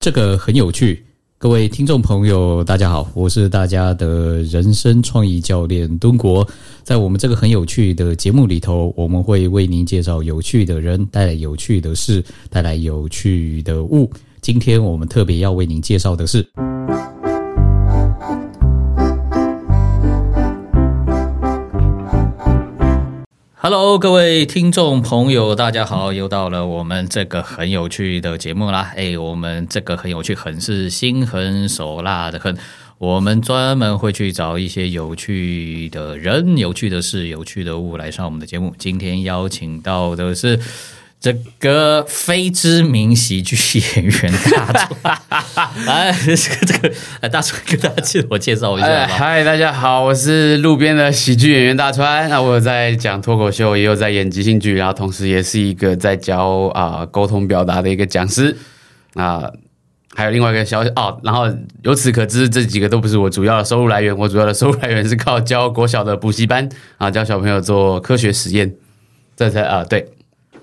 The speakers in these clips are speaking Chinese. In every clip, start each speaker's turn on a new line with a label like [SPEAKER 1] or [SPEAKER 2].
[SPEAKER 1] 这个很有趣。各位听众朋友，大家好，我是大家的人生创意教练敦国。在我们这个很有趣的节目里头，我们会为您介绍有趣的人，带来有趣的事，带来有趣的物。今天我们特别要为您介绍的是。Hello，各位听众朋友，大家好！又到了我们这个很有趣的节目啦。哎，我哎们这个很有趣，很是心狠手辣的很。我们专门会去找一些有趣的呃人、有趣的事、有趣的物来上我们的节目。今天邀请到的是这个非知名喜剧演员大 川，哎，这个这个，哎，大川跟大家自我介绍一下
[SPEAKER 2] 哎，
[SPEAKER 1] 吧。
[SPEAKER 2] 嗨，大家好，我是路边的喜剧演员大川。那我有在讲脱口秀，也有在演即兴剧，然后同时也是一个在教啊、沟通表达的一个讲师啊、还有另外一个小哦，然后由此可知，这几个都不是我主要的收入来源。我主要的收入来源是靠教国小的补习班啊，教小朋友做科学实验，这才啊、对，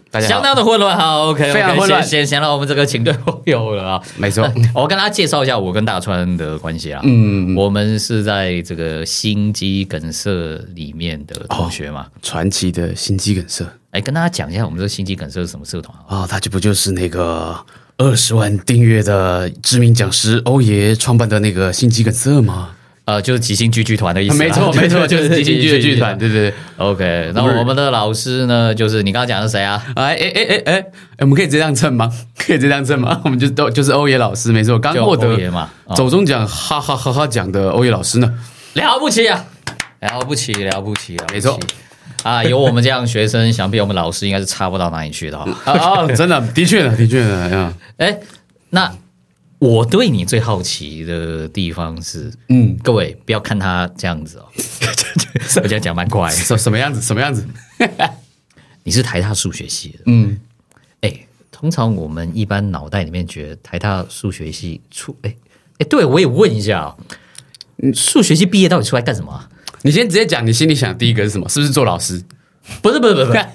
[SPEAKER 2] 大家
[SPEAKER 1] 相
[SPEAKER 2] 好，
[SPEAKER 1] 当的混乱，好，OK，
[SPEAKER 2] 非常混乱
[SPEAKER 1] 先先让我们这个请对朋友了啊。
[SPEAKER 2] 没错，
[SPEAKER 1] 我跟大家介绍一下我跟大川的关系啊。
[SPEAKER 2] 嗯，
[SPEAKER 1] 我们是在这个心肌梗塞里面的同学嘛。
[SPEAKER 2] 传奇的心肌梗塞。
[SPEAKER 1] 哎、跟大家讲一下我们这个心肌梗塞是什么社团啊？
[SPEAKER 2] 啊，他就不就是那个二十万订阅的知名讲师欧爷创办的那个心肌梗塞吗？
[SPEAKER 1] 呃，就是即兴剧剧团的意思啊。
[SPEAKER 2] 没错，没错，就是即兴剧的剧
[SPEAKER 1] 团。
[SPEAKER 2] 团，对对对。
[SPEAKER 1] OK，那我们的老师呢，就是你刚刚讲的谁啊？
[SPEAKER 2] 哎哎哎哎哎哎，我们可以直接这样蹭吗？ 可以直接这样蹭吗？ 我们就都就是欧爷老师，没错，刚
[SPEAKER 1] 就
[SPEAKER 2] 获得
[SPEAKER 1] 欧爷嘛哦
[SPEAKER 2] 走中奖哈哈哈哈奖的欧爷老师呢。
[SPEAKER 1] 了不起啊！了不起，了不起，了不起
[SPEAKER 2] 没错。
[SPEAKER 1] 啊，有我们这样学生，想必我们老师应该是差不到哪里去 的、哦。
[SPEAKER 2] 啊啊，真的，的确呢，的啊确呢，呀，
[SPEAKER 1] 哎，那我对你最好奇的地方是，
[SPEAKER 2] 嗯，
[SPEAKER 1] 各位不要看他这样 子哦，我这样讲蛮快。
[SPEAKER 2] 什什么样子？什么样子？
[SPEAKER 1] 你是台大数学系的，
[SPEAKER 2] 嗯，
[SPEAKER 1] 哎，通常我们一般脑袋里面觉得台大数学系出，哎哎，对我也问一下哦，
[SPEAKER 2] 嗯
[SPEAKER 1] 数学系毕业到底出来干什么啊、
[SPEAKER 2] 你先直接讲，你心里想第一个是什么？是不是做老师？
[SPEAKER 1] 不是不是不是不是。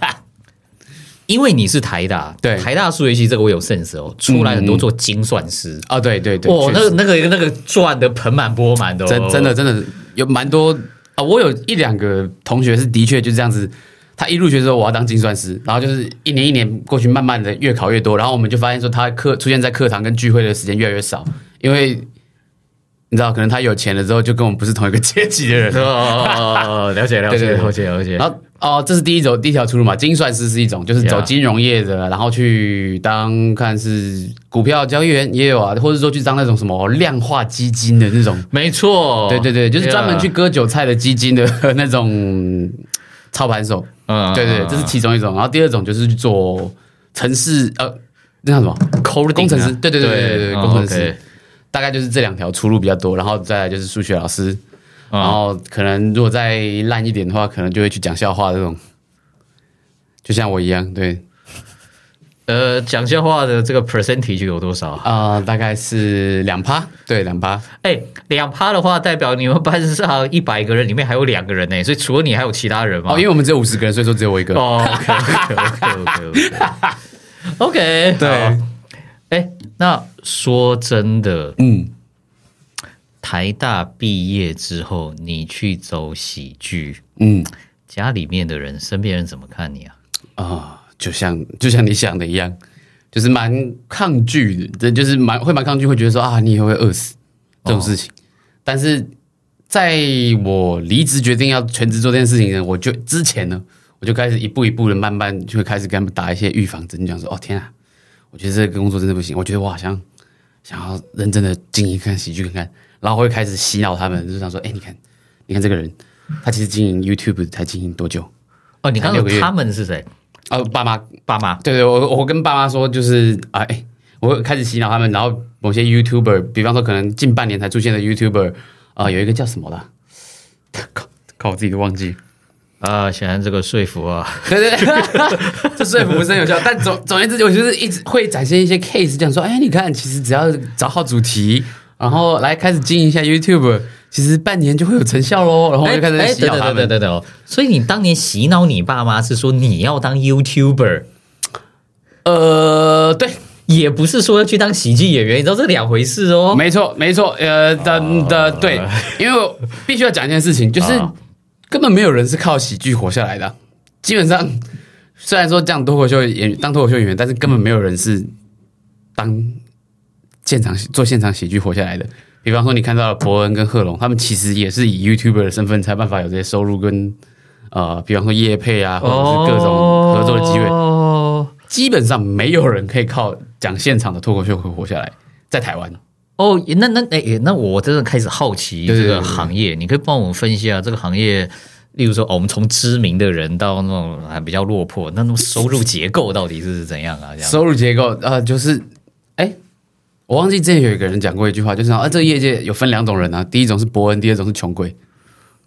[SPEAKER 1] 因为你是台大，
[SPEAKER 2] 对
[SPEAKER 1] 台大数学系这个我有 sense 哦，出来很多做精算师，
[SPEAKER 2] 啊，对对对，
[SPEAKER 1] 哦，
[SPEAKER 2] 确
[SPEAKER 1] 那
[SPEAKER 2] 实
[SPEAKER 1] 个那个那个赚的盆满钵满的、哦，
[SPEAKER 2] 真真的真的有蛮多啊！我有一两个同学是的确就这样子，他一入学的时候我要当精算师，然后就是一年一年过去，慢慢的越考越多，然后我们就发现说他课出现在课堂跟聚会的时间越来越少，因为你知道，可能他有钱了之后就跟我们不是同一个阶级的 人了。
[SPEAKER 1] 哦，了解了
[SPEAKER 2] 对
[SPEAKER 1] 解
[SPEAKER 2] 对对
[SPEAKER 1] 了解了解。
[SPEAKER 2] 然后哦，这是第一种第一条出路嘛，精算师是一种，就是
[SPEAKER 1] Yeah
[SPEAKER 2] 走金融业的，然后去当看是股票交易员也有啊，或者说去当那种什么量化基金的那种
[SPEAKER 1] 没错，
[SPEAKER 2] 对对对，就是专门去
[SPEAKER 1] 哦 Yeah，
[SPEAKER 2] 割韭菜的基金的 那种操盘手。
[SPEAKER 1] 嗯
[SPEAKER 2] 对对，对这是其中一种。然后第二种就是去做城市呃，那叫什么
[SPEAKER 1] coding 啊
[SPEAKER 2] 工程师？对对对对对对，
[SPEAKER 1] 嗯
[SPEAKER 2] 工程师
[SPEAKER 1] OK。
[SPEAKER 2] 大概就是这两条出路比较多，然后再来就是数学老师，
[SPEAKER 1] 嗯
[SPEAKER 2] 然后可能如果再烂一点的话，可能就会去讲笑话这种，就像我一样，对
[SPEAKER 1] 呃，讲笑话的这个 percentage 有多少啊？
[SPEAKER 2] 啊、大概是两趴，对两趴，
[SPEAKER 1] 哎，两趴的话，代表你们班上一百个人里面还有两个人呢，所以除了你还有其他人吗？
[SPEAKER 2] 哦，因为我们只有五十个人，所以说只有我一个，
[SPEAKER 1] 哦，OK OK OK OK OK，
[SPEAKER 2] 对，
[SPEAKER 1] 哎，那说真的，
[SPEAKER 2] 嗯，
[SPEAKER 1] 台大毕业之后你去走喜剧，
[SPEAKER 2] 嗯。
[SPEAKER 1] 家里面的人、身边人怎么看你啊？
[SPEAKER 2] 啊、就像就像你想的一样，就是蛮抗拒的，这就是蛮会蛮抗拒，会觉得说啊，你以后会饿死这种事情。但是在我离职决定要全职做这件事情呢，我就之前呢，我就开始一步一步的慢慢就会开始跟他们打一些预防针，讲说哦天啊，我觉得这个工作真的不行，我觉得我好像想要认真的经营看喜剧看看，然后我会开始洗脑他们，就想说，哎，你看，你看这个人，他其实经营 YouTube 才经营多久？
[SPEAKER 1] 哦，你刚
[SPEAKER 2] 六
[SPEAKER 1] 刚
[SPEAKER 2] 个
[SPEAKER 1] 说
[SPEAKER 2] 月
[SPEAKER 1] 他们是谁？
[SPEAKER 2] 哦，爸妈
[SPEAKER 1] 爸妈。
[SPEAKER 2] 对对，我我跟爸妈说，就是哎，我开始洗脑他们，然后某些 YouTuber，比方说可能近半年才出现的 YouTuber，啊、有一个叫什么的 啊，靠靠，我自己都忘记。
[SPEAKER 1] 啊，显然这个说服啊，
[SPEAKER 2] 对对对， 这说服不是很有效，但总总而言之，我就是一直会展现一些 case，讲说，哎，你看，其实只要找好主题，然后来开始经营一下 YouTube，其实半年就会有成效喽。然后我就开始洗脑
[SPEAKER 1] 等等
[SPEAKER 2] 他们
[SPEAKER 1] 等。等等哦，所以你当年洗脑你爸妈是说你要当 YouTuber，
[SPEAKER 2] 呃，对，
[SPEAKER 1] 也不是说要去当喜剧演员，你知道这两回事哦。
[SPEAKER 2] 没错，没错，呃的的对，因为我必须要讲一件事情，就是
[SPEAKER 1] 啊
[SPEAKER 2] 根本没有人是靠喜剧活下来的啊、基本上，虽然说这样脱口秀演当脱口秀演员，但是根本没有人是当现场做现场喜剧活下来的。比方说，你看到了伯恩跟贺龙，他们其实也是以 YouTuber 的身份才办法有这些收入跟呃，比方说业配啊，或者是各种合作的机会。
[SPEAKER 1] 哦
[SPEAKER 2] 基本上没有人可以靠讲现场的脱口秀会活下来，在台湾。
[SPEAKER 1] 哦，那那哎、诶那我真的开始好奇
[SPEAKER 2] 对
[SPEAKER 1] 这
[SPEAKER 2] 对对
[SPEAKER 1] 个行业，你可以帮我们分析啊，这个行业，例如说，哦，我们从知名的人到那种还比较落魄，那种收入结构到底是怎样啊？这样
[SPEAKER 2] 收入结构呃，就是哎、我忘记之前有一个人讲过一句话，就是啊，这个业界有分两种人啊，第一种是伯恩，第二种是穷鬼。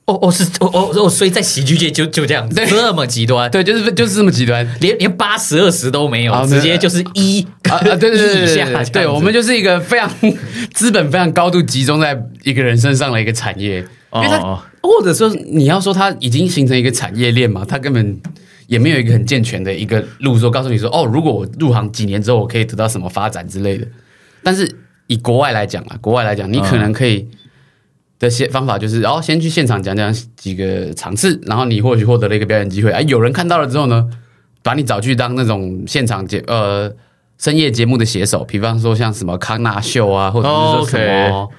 [SPEAKER 1] 哦哦是哦哦哦，所以在喜剧界就就这样子，
[SPEAKER 2] 对
[SPEAKER 1] 这么极端，
[SPEAKER 2] 对，就是就是这么极端。
[SPEAKER 1] 连连八十二十都没有，
[SPEAKER 2] 啊没有
[SPEAKER 1] 直接就是一
[SPEAKER 2] 啊啊，对 对对
[SPEAKER 1] 一以
[SPEAKER 2] 对
[SPEAKER 1] 下
[SPEAKER 2] 对
[SPEAKER 1] 这样
[SPEAKER 2] 对
[SPEAKER 1] 子，
[SPEAKER 2] 对，我们就是一个非常资本非常高度集中在一个人身上的一个产业，因为它
[SPEAKER 1] 哦
[SPEAKER 2] 或者说你要说它已经形成一个产业链嘛，它根本也没有一个很健全的一个路说告诉你说哦，如果我入行几年之后，我可以得到什么发展之类的。但是以国外来讲啊，国外来讲，你可能可以的些方法就是，然后先去现场讲讲几个场次，然后你或许获得了一个表演机会，哎，有人看到了之后呢，把你找去当那种现场节呃深夜节目的写手，比方说像什么康纳秀啊，或者
[SPEAKER 1] 哦
[SPEAKER 2] 是说什么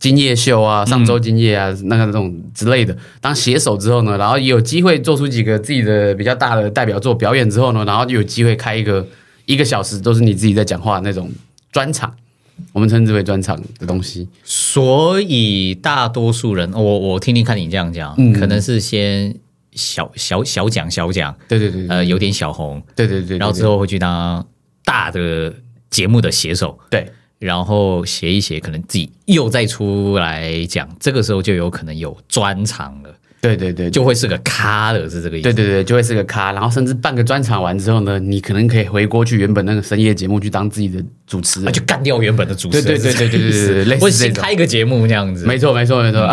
[SPEAKER 2] 今夜秀啊、上周今夜啊、那个那种之类的。当写手之后呢，然后也有机会做出几个自己的比较大的代表作表演之后呢，然后就有机会开一个一个小时都是你自己在讲话的那种专场，我们称之为专场的东西。
[SPEAKER 1] 所以大多数人，我我听听看你这样讲，
[SPEAKER 2] 嗯
[SPEAKER 1] 可能是先小小小讲小讲，
[SPEAKER 2] 对对对对
[SPEAKER 1] 呃，有点小红，
[SPEAKER 2] 对对对，
[SPEAKER 1] 然后之后会去当大的节目的写手，
[SPEAKER 2] 对
[SPEAKER 1] 然后写一写，可能自己又再出来讲，这个时候就有可能有专场了，
[SPEAKER 2] 对对对，
[SPEAKER 1] 就会是个咖了，是这个意思？
[SPEAKER 2] 对对对，就会是个咖。然后甚至半个专场完之后呢，你可能可以回锅去原本那个深夜节目去当自己的主持
[SPEAKER 1] 啊，
[SPEAKER 2] 人。
[SPEAKER 1] 就干掉原本的主持人，
[SPEAKER 2] 对对对对对对对对对类似
[SPEAKER 1] 或者
[SPEAKER 2] 这
[SPEAKER 1] 新
[SPEAKER 2] 种
[SPEAKER 1] 开一个节目那样子，
[SPEAKER 2] 没错没错没错，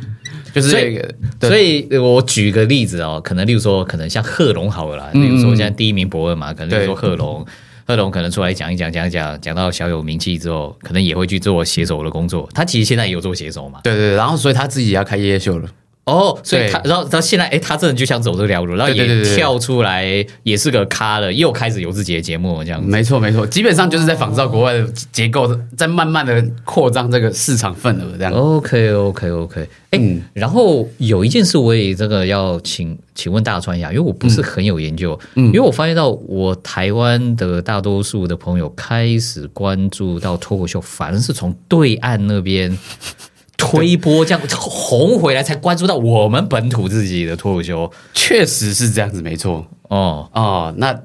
[SPEAKER 2] 就是
[SPEAKER 1] 嗯所
[SPEAKER 2] 这
[SPEAKER 1] 以
[SPEAKER 2] 个。
[SPEAKER 1] 所
[SPEAKER 2] 对
[SPEAKER 1] 以呃我举个例子哦，可能例如说，可能像贺龙好了啦，例如说现在第一名伯恩嘛，可能例如说贺龙，贺龙可能出来讲一讲，讲一讲，讲到小有名气之后，可能也会去做写手的工作。他其实现在也有做写手嘛。
[SPEAKER 2] 对对，然后所以他自己也要开夜夜秀了。
[SPEAKER 1] 哦，所以他，
[SPEAKER 2] 对
[SPEAKER 1] 然后他现在，哎，他真的就想走这条路，然后
[SPEAKER 2] 对对
[SPEAKER 1] 也
[SPEAKER 2] 对对对
[SPEAKER 1] 跳出来，也是个咖了，又开始有自己的节目这样子。
[SPEAKER 2] 没错没错，基本上就是在仿照国外的结构，在慢慢的扩张这个市场份额这样。
[SPEAKER 1] OK OK OK，哎、
[SPEAKER 2] 嗯
[SPEAKER 1] 然后有一件事我也这个要请请问大川一下，因为我不是很有研究，
[SPEAKER 2] 嗯
[SPEAKER 1] 因为我发现到我台湾的大多数的朋友开始关注到脱口秀，反而是从对岸那边 推波这样红回来，才关注到我们本土自己的脱口秀
[SPEAKER 2] 确实是这样子，没错。
[SPEAKER 1] 哦。
[SPEAKER 2] 哦，那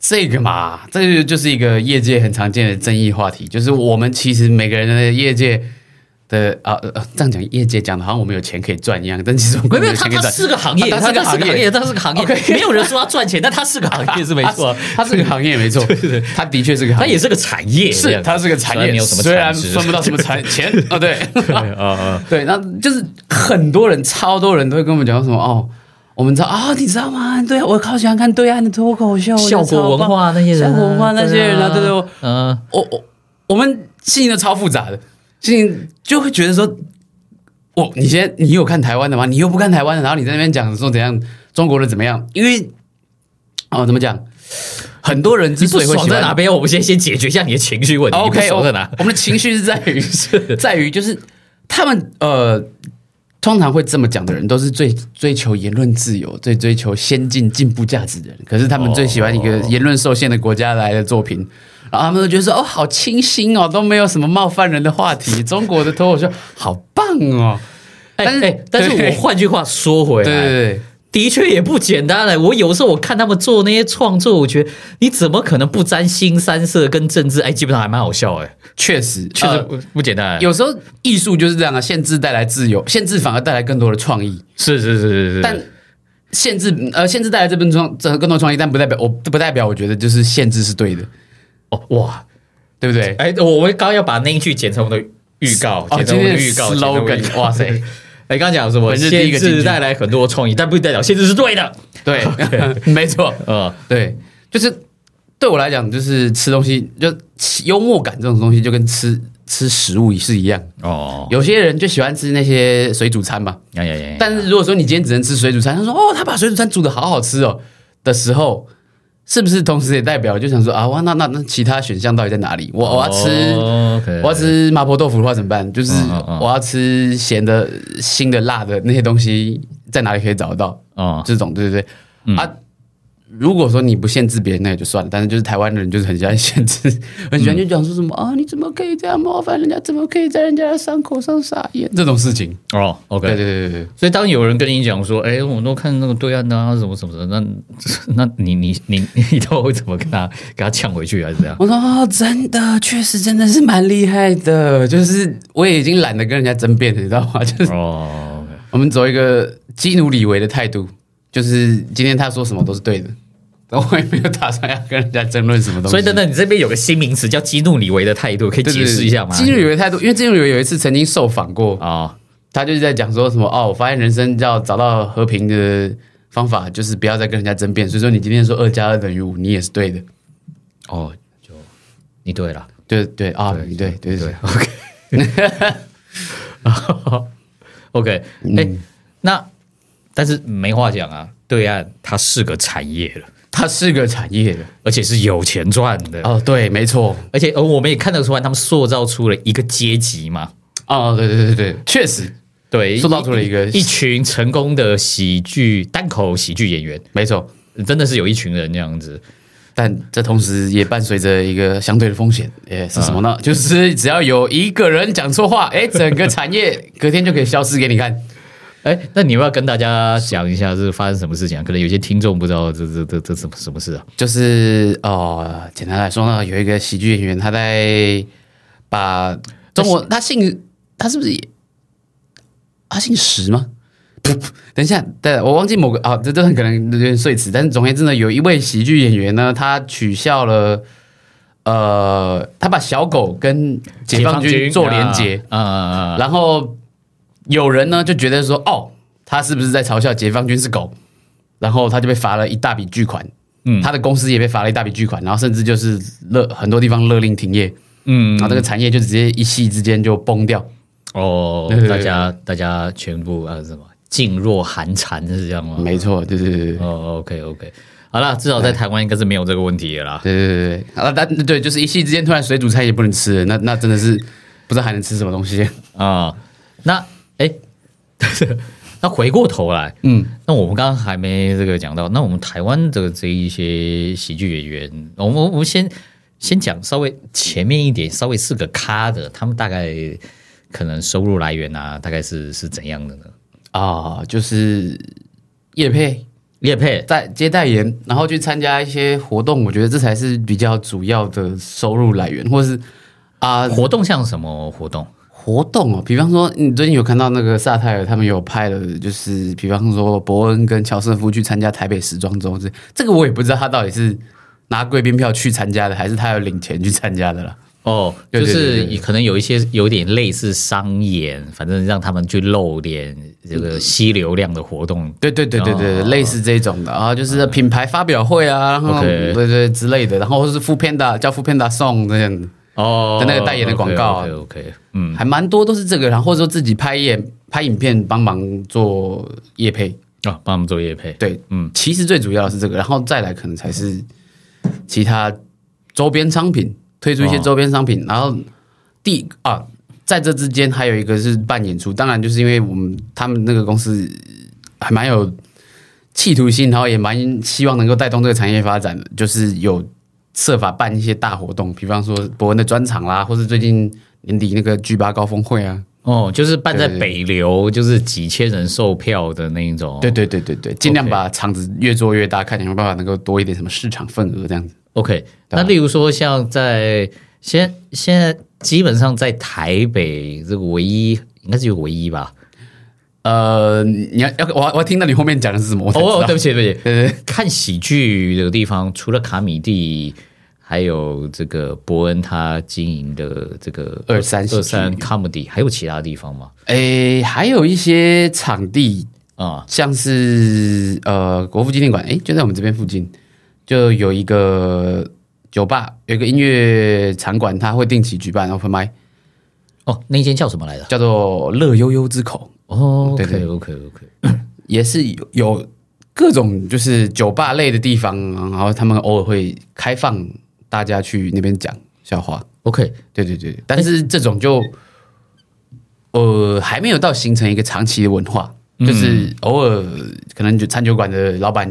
[SPEAKER 2] 这个嘛，这个就是一个业界很常见的争议话题，就是我们其实每个人的业界的啊、呃呃，这样讲业界讲的好像我们有钱可以赚一样，但其实我
[SPEAKER 1] 没有
[SPEAKER 2] 们
[SPEAKER 1] 没有，
[SPEAKER 2] 有
[SPEAKER 1] 它
[SPEAKER 2] 钱可以
[SPEAKER 1] 它
[SPEAKER 2] 赚。啊
[SPEAKER 1] 是个行业，
[SPEAKER 2] 它它是个行业
[SPEAKER 1] 它是个行业，
[SPEAKER 2] OK
[SPEAKER 1] 没有人说它赚钱，但它是个 行业是没错啊，
[SPEAKER 2] 它是个行业 没错，它的确是个
[SPEAKER 1] 它
[SPEAKER 2] 行业，
[SPEAKER 1] 也是个产业，这
[SPEAKER 2] 是
[SPEAKER 1] 样
[SPEAKER 2] 它是个
[SPEAKER 1] 虽
[SPEAKER 2] 产
[SPEAKER 1] 然
[SPEAKER 2] 业，
[SPEAKER 1] 没有什么
[SPEAKER 2] 虽然
[SPEAKER 1] 产值
[SPEAKER 2] 分不到什么产钱啊、 对，
[SPEAKER 1] 啊啊！
[SPEAKER 2] 对，那就是很多人，超多人都会跟我们讲说什么哦，我们知道啊、你知道吗？对我好喜欢看对岸的脱口 秀，
[SPEAKER 1] 效果文化那些人啊，
[SPEAKER 2] 效果文化那些人啊，对对，我
[SPEAKER 1] 嗯，
[SPEAKER 2] 我我我们心情都超复杂的，心情就会觉得说，我你先你有看台湾的吗？你又不看台湾的，然后你在那边讲说怎样中国的怎么样？因为哦，怎么讲？很多人之
[SPEAKER 1] 你不
[SPEAKER 2] 所以会
[SPEAKER 1] 爽
[SPEAKER 2] 喜
[SPEAKER 1] 在
[SPEAKER 2] 欢
[SPEAKER 1] 哪边？我们先先解决一下你的情绪问题。你不
[SPEAKER 2] OK，
[SPEAKER 1] 爽在哪
[SPEAKER 2] 我？我们的情绪是在于 是在于就是他们呃，通常会这么讲的人，都是最追求言论自由、最追求先进进步价值的人。可是他们最喜欢一个
[SPEAKER 1] 哦
[SPEAKER 2] 言论受限的国家来的作品。然后他们都觉得说哦，好清新哦，都没有什么冒犯人的话题。中国的脱口秀好棒哦，
[SPEAKER 1] 哎
[SPEAKER 2] 但是
[SPEAKER 1] 哎，但是
[SPEAKER 2] 对
[SPEAKER 1] 我换句话说回
[SPEAKER 2] 对啊对
[SPEAKER 1] 来，
[SPEAKER 2] 对，
[SPEAKER 1] 的确也不简单了。我有时候我看他们做那些创作，我觉得你怎么可能不沾新三色跟政治？哎，基本上还蛮好笑哎，
[SPEAKER 2] 确实
[SPEAKER 1] 确实
[SPEAKER 2] 呃
[SPEAKER 1] 不不简单。啊
[SPEAKER 2] 有时候艺术就是这样啊，限制带来自由，限制反而带来更多的创意。
[SPEAKER 1] 是是是是是，
[SPEAKER 2] 但限制呃，限制带来这份创这更多创意，但不代表我不代表我觉得就是限制是对的，
[SPEAKER 1] 哦哇，
[SPEAKER 2] 对不对？
[SPEAKER 1] 哎，我我刚要把那一句剪成我们的预告，
[SPEAKER 2] 哦
[SPEAKER 1] 剪成我们的
[SPEAKER 2] 今天
[SPEAKER 1] 预
[SPEAKER 2] 的
[SPEAKER 1] 告剪成我们的预
[SPEAKER 2] slogan，
[SPEAKER 1] 告
[SPEAKER 2] 哇塞，
[SPEAKER 1] 哎，刚刚讲什么？
[SPEAKER 2] 本日第一
[SPEAKER 1] 限
[SPEAKER 2] 个进
[SPEAKER 1] 制
[SPEAKER 2] 军
[SPEAKER 1] 带来很 多创意，但不代表限制是对的。
[SPEAKER 2] 对，没错，
[SPEAKER 1] 呃，
[SPEAKER 2] 对，就是对我来讲，就是吃东西，就吃幽默感这种东西，就跟吃吃食物是一样。
[SPEAKER 1] 哦，
[SPEAKER 2] 有些人就喜欢吃那些水煮餐嘛，
[SPEAKER 1] 呀呀呀呀！
[SPEAKER 2] 但是如果说你今天只能吃水煮餐，他说哦，他把水煮餐煮的好好吃哦的时候，是不是同时也代表就想说啊，哇，那那那其他选项到底在哪里？我我要吃。
[SPEAKER 1] 哦，OK
[SPEAKER 2] 我要吃麻婆豆腐的话怎么办？就是
[SPEAKER 1] 嗯嗯嗯
[SPEAKER 2] 我要吃咸的、腥的、辣的那些东西，在哪里可以找得到？
[SPEAKER 1] 哦，
[SPEAKER 2] 这种对对对、
[SPEAKER 1] 嗯
[SPEAKER 2] 啊。如果说你不限制别人，那也就算了。但是就是台湾人就是很喜欢限制， 很喜欢就讲说什么、啊，你怎么可以这样冒犯人家？怎么可以在人家的伤口上撒盐？这种事情，
[SPEAKER 1] 哦，OK，
[SPEAKER 2] 对对对对对，
[SPEAKER 1] 所以当有人跟你讲说，哎、我都看那个对岸的啊，什么什么的，那那你你你你都会怎么跟他给他呛回去，还是怎样？
[SPEAKER 2] 我说哦，真的，确实真的是蛮厉害的，就是我也已经懒得跟人家争辩了，你知道吗？ 就是
[SPEAKER 1] 哦，OK，
[SPEAKER 2] 我们走一个基努里维的态度，就是今天他说什么都是对的，我也没有打算要跟人家争论什么东西。
[SPEAKER 1] 所以等等，你这边有个新名词叫激怒李维的态度，可以
[SPEAKER 2] 对对
[SPEAKER 1] 解
[SPEAKER 2] 对
[SPEAKER 1] 释一下吗？
[SPEAKER 2] 基努里维态度，因为基努里维有一次曾经受访过，
[SPEAKER 1] 哦，
[SPEAKER 2] 他就是在讲说什么哦，我发现人生要找到和平的方法，就是不要再跟人家争辩。所以说，你今天说二加二等于五，你也是对的，
[SPEAKER 1] 哦，就你对了，
[SPEAKER 2] 对对啊，对对对
[SPEAKER 1] 对
[SPEAKER 2] 对，
[SPEAKER 1] ，OK，OK，、OK
[SPEAKER 2] 嗯
[SPEAKER 1] 哎、那但是没话讲啊，对岸它是个产业了，
[SPEAKER 2] 它是个产业的
[SPEAKER 1] 而且是有钱赚的，
[SPEAKER 2] 哦，对，没错，
[SPEAKER 1] 而且而呃我们也看得出来，他们塑造出了一个阶级嘛。
[SPEAKER 2] 哦，对对对对，确实
[SPEAKER 1] 对，
[SPEAKER 2] 塑造出了一个
[SPEAKER 1] 一群成功的喜剧单口喜剧演员，
[SPEAKER 2] 没错，
[SPEAKER 1] 真的是有一群人这样子。
[SPEAKER 2] 但这同时也伴随着一个相对的风险，诶，是什么呢？就是只要有一个人讲错话，诶，整个产业隔天就可以消失给你看。
[SPEAKER 1] 哎，那你要不要跟大家讲一下是发生什么事情、啊？可能有些听众不知道这这这这什么什么事啊？
[SPEAKER 2] 就是哦，简单来说呢，有一个喜剧演员，他在把中国，他姓他是不是也他姓石吗？ 等一下，对，我忘记某个啊，这这很可能有点碎词，但是总而言之呢，有一位喜剧演员呢，他取笑了，呃，他把小狗跟解放军做连结，
[SPEAKER 1] 啊啊
[SPEAKER 2] 然后有人呢就觉得说，哦，他是不是在嘲笑解放军是狗？然后他就被罚了一大笔巨款，
[SPEAKER 1] 嗯
[SPEAKER 2] 他的公司也被罚了一大笔巨款，然后甚至就是勒很多地方勒令停业，
[SPEAKER 1] 嗯
[SPEAKER 2] 然后这个产业就直接一夕之间就崩掉。
[SPEAKER 1] 哦
[SPEAKER 2] 对，对
[SPEAKER 1] 大
[SPEAKER 2] 对
[SPEAKER 1] 家大家全部啊什么噤若寒蝉是这样吗？
[SPEAKER 2] 没错，对对对对
[SPEAKER 1] 哦，OK OK，好了，至少在台湾应该是没有这个问题的啦。
[SPEAKER 2] 对对对对啊！但对，就是一夕之间突然水煮菜也不能吃了，那那真的是不知道还能吃什么东西。
[SPEAKER 1] 啊、那哎， 那回过头来，嗯，那我们刚刚还没这个讲到，那我们台湾的这一些喜剧演员，我们我们先先讲稍微前面一点，稍微是个咖的，他们大概可能收入来源啊，大概是是怎样的呢？
[SPEAKER 2] 啊，就是叶配
[SPEAKER 1] 叶佩
[SPEAKER 2] 在接代言，然后去参加一些活动，我觉得这才是比较主要的收入来源，或是啊
[SPEAKER 1] 活动像什么活动？
[SPEAKER 2] 活动哦。比方说，你最近有看到那个萨泰尔他们有拍了，就是比方说伯恩跟乔瑟夫去参加台北时装周这，这个我也不知道他到底是拿贵宾票去参加的，还是他有领钱去参加的啦。
[SPEAKER 1] 哦，
[SPEAKER 2] 对
[SPEAKER 1] 就
[SPEAKER 2] 对对
[SPEAKER 1] 是
[SPEAKER 2] 对对
[SPEAKER 1] 可能有一些有点类似商演，反正让他们去露点这个吸流量的活动。
[SPEAKER 2] 对对对对对，
[SPEAKER 1] 哦嗯
[SPEAKER 2] 类似这种的啊，就是品牌发表会啊，然后
[SPEAKER 1] OK
[SPEAKER 2] 对对之类的，然后或是副片的叫副片的送这样的，
[SPEAKER 1] 哦
[SPEAKER 2] 的那个代言的广告啊
[SPEAKER 1] OK OK，嗯，
[SPEAKER 2] 还蛮多都是这个，然后或者说自己拍演拍影片帮忙做业配，
[SPEAKER 1] 啊，帮我们做业配。
[SPEAKER 2] 对，
[SPEAKER 1] 嗯
[SPEAKER 2] 嗯，其实最主要的是这个，然后再来可能才是其他周边商品，推出一些
[SPEAKER 1] 哦
[SPEAKER 2] 周边商品，然后第啊，在这之间还有一个是办演出，当然就是因为我们他们那个公司还蛮有企图心，然后也蛮希望能够带动这个产业发展的，就是有设法办一些大活动，比方说伯恩的专场啦，或是最近年底那个 G 八高峰会啊，
[SPEAKER 1] 哦，就是办在
[SPEAKER 2] 对
[SPEAKER 1] 北流，就是几千人售票的那一种。
[SPEAKER 2] 对对对对对，尽量把场子越做越大，看有没有办法能够多一点什么市场份额这样子。
[SPEAKER 1] ，OK。
[SPEAKER 2] 对
[SPEAKER 1] 那
[SPEAKER 2] 啊
[SPEAKER 1] 例如说，像在现现在基本上在台北这个唯一，应该是有唯一吧？
[SPEAKER 2] 呃，你要要我要我要听到你后面讲的是什么？我才知道
[SPEAKER 1] 哦，哦对不起，对不起，
[SPEAKER 2] 对对
[SPEAKER 1] 看喜剧这个地方，除了卡米蒂，还有这个伯恩他经营的这个
[SPEAKER 2] 二三喜剧
[SPEAKER 1] 二三 comedy，还有其他地方吗？
[SPEAKER 2] 诶，还有一些场地，
[SPEAKER 1] 啊、
[SPEAKER 2] 像是呃国父纪念馆，诶，就在我们这边附近，就有一个酒吧有一个音乐场馆，它会定期举办 open mic，
[SPEAKER 1] 哦，那一间叫什么来着？
[SPEAKER 2] 叫做乐悠悠之口，
[SPEAKER 1] 哦
[SPEAKER 2] 对对
[SPEAKER 1] ，OK OK OK，
[SPEAKER 2] 也是有有各种就是酒吧类的地方，然后他们偶尔会开放大家去那边讲笑话。
[SPEAKER 1] OK，
[SPEAKER 2] 对对对，但是这种就，呃，还没有到形成一个长期的文化，
[SPEAKER 1] 嗯
[SPEAKER 2] 就是偶尔可能就餐酒馆的老板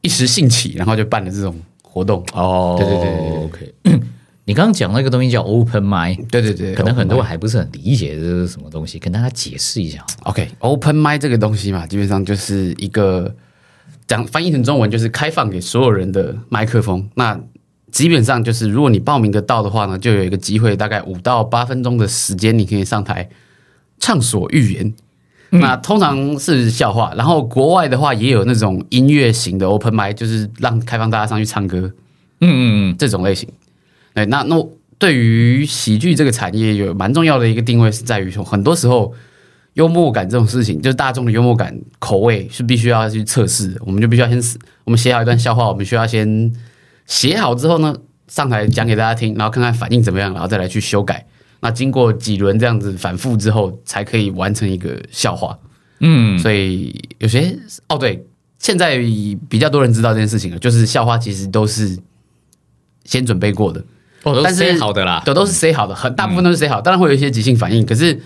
[SPEAKER 2] 一时兴起，然后就办了这种活动。
[SPEAKER 1] 哦，
[SPEAKER 2] 对对对
[SPEAKER 1] 对对，OK。你 刚刚讲那个东西叫 open mind，
[SPEAKER 2] 对对对，
[SPEAKER 1] 可能很多人还不是很理解这是什么东西，跟大家解释一下。
[SPEAKER 2] OK，open m i 这个东西嘛，基本上就是一个讲翻译成中文就是开放给所有人的麦克风。那基本上就是，如果你报名得到的话呢，就有一个机会，大概五到八分钟的时间，你可以上台畅所欲言。
[SPEAKER 1] 嗯
[SPEAKER 2] 那通常是笑话，然后国外的话也有那种音乐型的 open m i 就是让开放大家上去唱歌
[SPEAKER 1] 嗯嗯
[SPEAKER 2] 这种类型。对，那那对于喜剧这个产业有蛮重要的一个定位是在于说，很多时候幽默感这种事情，就是大众的幽默感口味是必须要去测试的，我们就必须要先死，我们写好一段笑话，我们需要先写好之后呢，上台讲给大家听，然后看看反应怎么样，然后再来去修改。那经过几轮这样子反复之后，才可以完成一个笑话。
[SPEAKER 1] 嗯
[SPEAKER 2] 所以有些哦，对，现在比较多人知道这件事情了，就是笑话其实都是先准备过的，
[SPEAKER 1] 嗯，哦，
[SPEAKER 2] 但是
[SPEAKER 1] 都好的啦。
[SPEAKER 2] 对，都是 say 好的，很大部分都是 say 好，当然会有一些即兴反应，可是。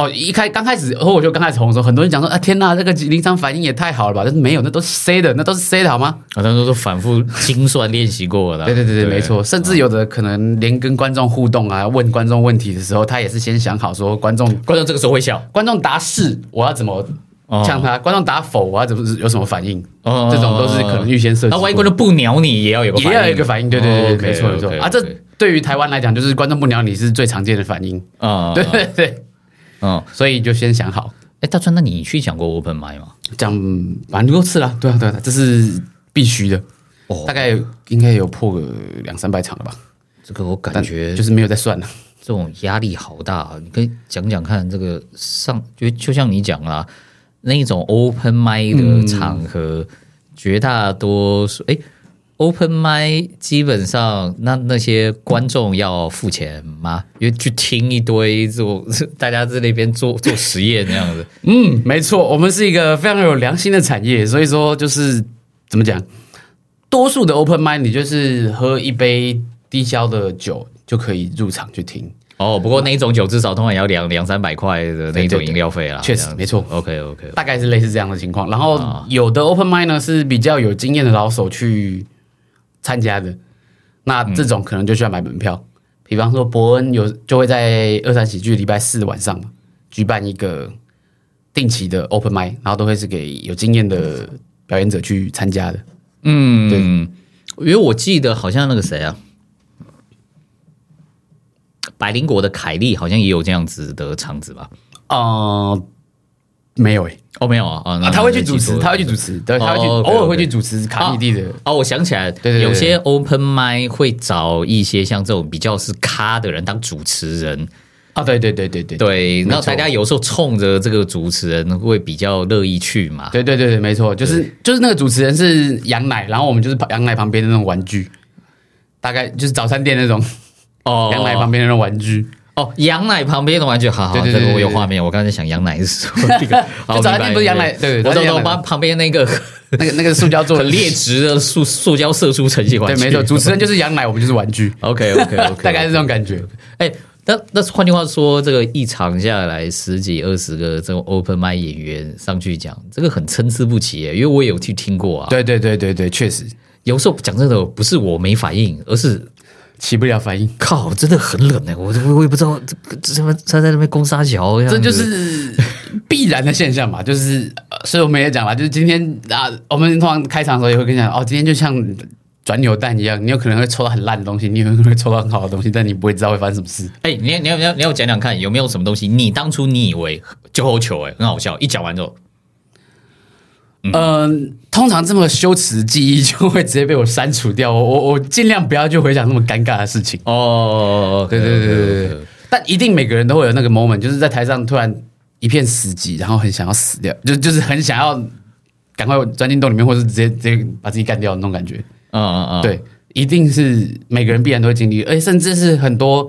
[SPEAKER 2] 哦，一开刚开始和我就刚开始红的时候，很多人讲说啊，天呐，这个临场反应也太好了吧？但是没有，那都是 C 的，那都是 C 的好吗？
[SPEAKER 1] 好像都是反复精算练习过的。
[SPEAKER 2] 对对对对，嗯没。错。甚至有的可能连跟观众互动啊，问观众问题的时候，他也是先想好说观众
[SPEAKER 1] 观众这个时候会笑，
[SPEAKER 2] 观众答是，我要怎么
[SPEAKER 1] 哦
[SPEAKER 2] 呛他；观众答否，我要怎么有什么反应？
[SPEAKER 1] 哦
[SPEAKER 2] 这种都是可能预先设计过的。
[SPEAKER 1] 那万一观众不鸟你，也要有个哦
[SPEAKER 2] 也要有一个反应，对对对，对没错没错啊，这对于台湾来讲，就是观众不鸟你是最常见的反应，
[SPEAKER 1] 啊
[SPEAKER 2] 对对对，
[SPEAKER 1] 嗯，
[SPEAKER 2] 所以就先想好，
[SPEAKER 1] 哎，大川，那你去讲过 open m i 吗？
[SPEAKER 2] 讲蛮多次了，对啊对啊，这是必须的，
[SPEAKER 1] 哦
[SPEAKER 2] 大概应该有破个两三百场了吧，
[SPEAKER 1] 这个我感
[SPEAKER 2] 但
[SPEAKER 1] 觉
[SPEAKER 2] 就是没有在算了，
[SPEAKER 1] 这种压力好大、啊。你可以讲讲看，这个上就就像你讲啦，那一种 open mic 的场合，绝大多数哎，open mic 基本上那那些观众要付钱吗？因为去听一堆做 大家在那边做做实验那样子，
[SPEAKER 2] 嗯，没错，我们是一个非常有良心的产业，所以说就是怎么讲，多数的 open mind 你就是喝一杯低消的酒就可以入场去听，
[SPEAKER 1] 哦，不过那一种酒至少通常也要两两三百块的那一种饮料费啦，
[SPEAKER 2] 对对对确实没错
[SPEAKER 1] OK OK，
[SPEAKER 2] 大概是类似这样的情况。然
[SPEAKER 1] 啊
[SPEAKER 2] 后有的 open mind 呢是比较有经验的老手去参加的，那这种可能就需要买门票。比方说伯恩有就会在二三喜剧礼拜四晚上嘛举办一个定期的 open mind，然后都会是给有经验的表演者去参加的。
[SPEAKER 1] 嗯，因为我记得好像那个谁啊，百灵果的凯莉好像也有这样子的场子吧？
[SPEAKER 2] 哦，没有诶、
[SPEAKER 1] 哦，没有啊，啊，那
[SPEAKER 2] 啊，他会去主
[SPEAKER 1] 那
[SPEAKER 2] 持，
[SPEAKER 1] 记
[SPEAKER 2] 啊
[SPEAKER 1] 错了
[SPEAKER 2] 他会去主持，对，
[SPEAKER 1] 哦
[SPEAKER 2] 他会去
[SPEAKER 1] ，OK，OK
[SPEAKER 2] 偶尔会去主持卡蒂蒂的。
[SPEAKER 1] 哦，我想起来，
[SPEAKER 2] 对对对
[SPEAKER 1] 有些 open mic 会找一些像这种比较是咖的人当主持人，
[SPEAKER 2] 啊，对对对对对
[SPEAKER 1] 对，
[SPEAKER 2] 没错
[SPEAKER 1] 那大家有时候冲着这个主持人会比较乐意去嘛。
[SPEAKER 2] 对对对对，没错，就是就是那个主持人是羊奶，然后我们就是羊奶旁边的那种玩具，大概就是早餐店那种
[SPEAKER 1] 哦
[SPEAKER 2] 羊奶旁边的那种玩具，
[SPEAKER 1] 哦，羊奶旁边的玩具，好好，
[SPEAKER 2] 对对
[SPEAKER 1] 这
[SPEAKER 2] 对
[SPEAKER 1] 个我有
[SPEAKER 2] 对对
[SPEAKER 1] 画面，我刚才想羊奶是什么那个好
[SPEAKER 2] 就早餐
[SPEAKER 1] 明白
[SPEAKER 2] 店不是羊奶
[SPEAKER 1] 明白
[SPEAKER 2] 对对
[SPEAKER 1] 我
[SPEAKER 2] 早餐
[SPEAKER 1] 懂
[SPEAKER 2] 店
[SPEAKER 1] 懂，
[SPEAKER 2] 羊奶
[SPEAKER 1] 旁旁边那个
[SPEAKER 2] 那个那个塑胶做的
[SPEAKER 1] 很劣质的塑塑胶射出呈现
[SPEAKER 2] 对
[SPEAKER 1] 玩，具。
[SPEAKER 2] 没错，主持人就是羊奶，我们就是玩具，
[SPEAKER 1] OK OK OK，
[SPEAKER 2] 大概是这种感觉。
[SPEAKER 1] 哎。但但是换句话说，这个一场下来十几二十个这种 open mic 演员上去讲，这个很参差不齐耶，因为我也有去听过啊。
[SPEAKER 2] 对对对对对，确实
[SPEAKER 1] 有时候讲真的，不是我没反应，而是
[SPEAKER 2] 起不了反应，
[SPEAKER 1] 靠，真的很冷哎、我我我也不知道这这这什么他在那边攻沙桥样子，
[SPEAKER 2] 这就是必然的现象嘛，就是呃所以我们也讲了，就是今天啊，我们通常开场的时候也会跟你讲，哦，今天就像。转扭蛋一样，你有可能会抽到很烂的东西，你有可能会抽到很好的东西，但你不会知道会发生什么事。
[SPEAKER 1] 哎、你要你要你要你要讲讲看，有没有什么东西你当初你以为就后球哎、很好笑，一讲完之后，
[SPEAKER 2] 嗯，通常这么羞耻的记忆就会直接被我删除掉。我我我尽量不要去回想那么尴尬的事情。
[SPEAKER 1] 哦，
[SPEAKER 2] 对对对对对。但一定每个人都会有那个 moment，就是在台上突然一片死寂，然后很想要死掉，就就是很想要赶快钻进洞里面，或是直接直接把自己干掉的那种感觉。
[SPEAKER 1] 嗯嗯嗯，
[SPEAKER 2] 对，一定是每个人必然都会经历，而且甚至是很多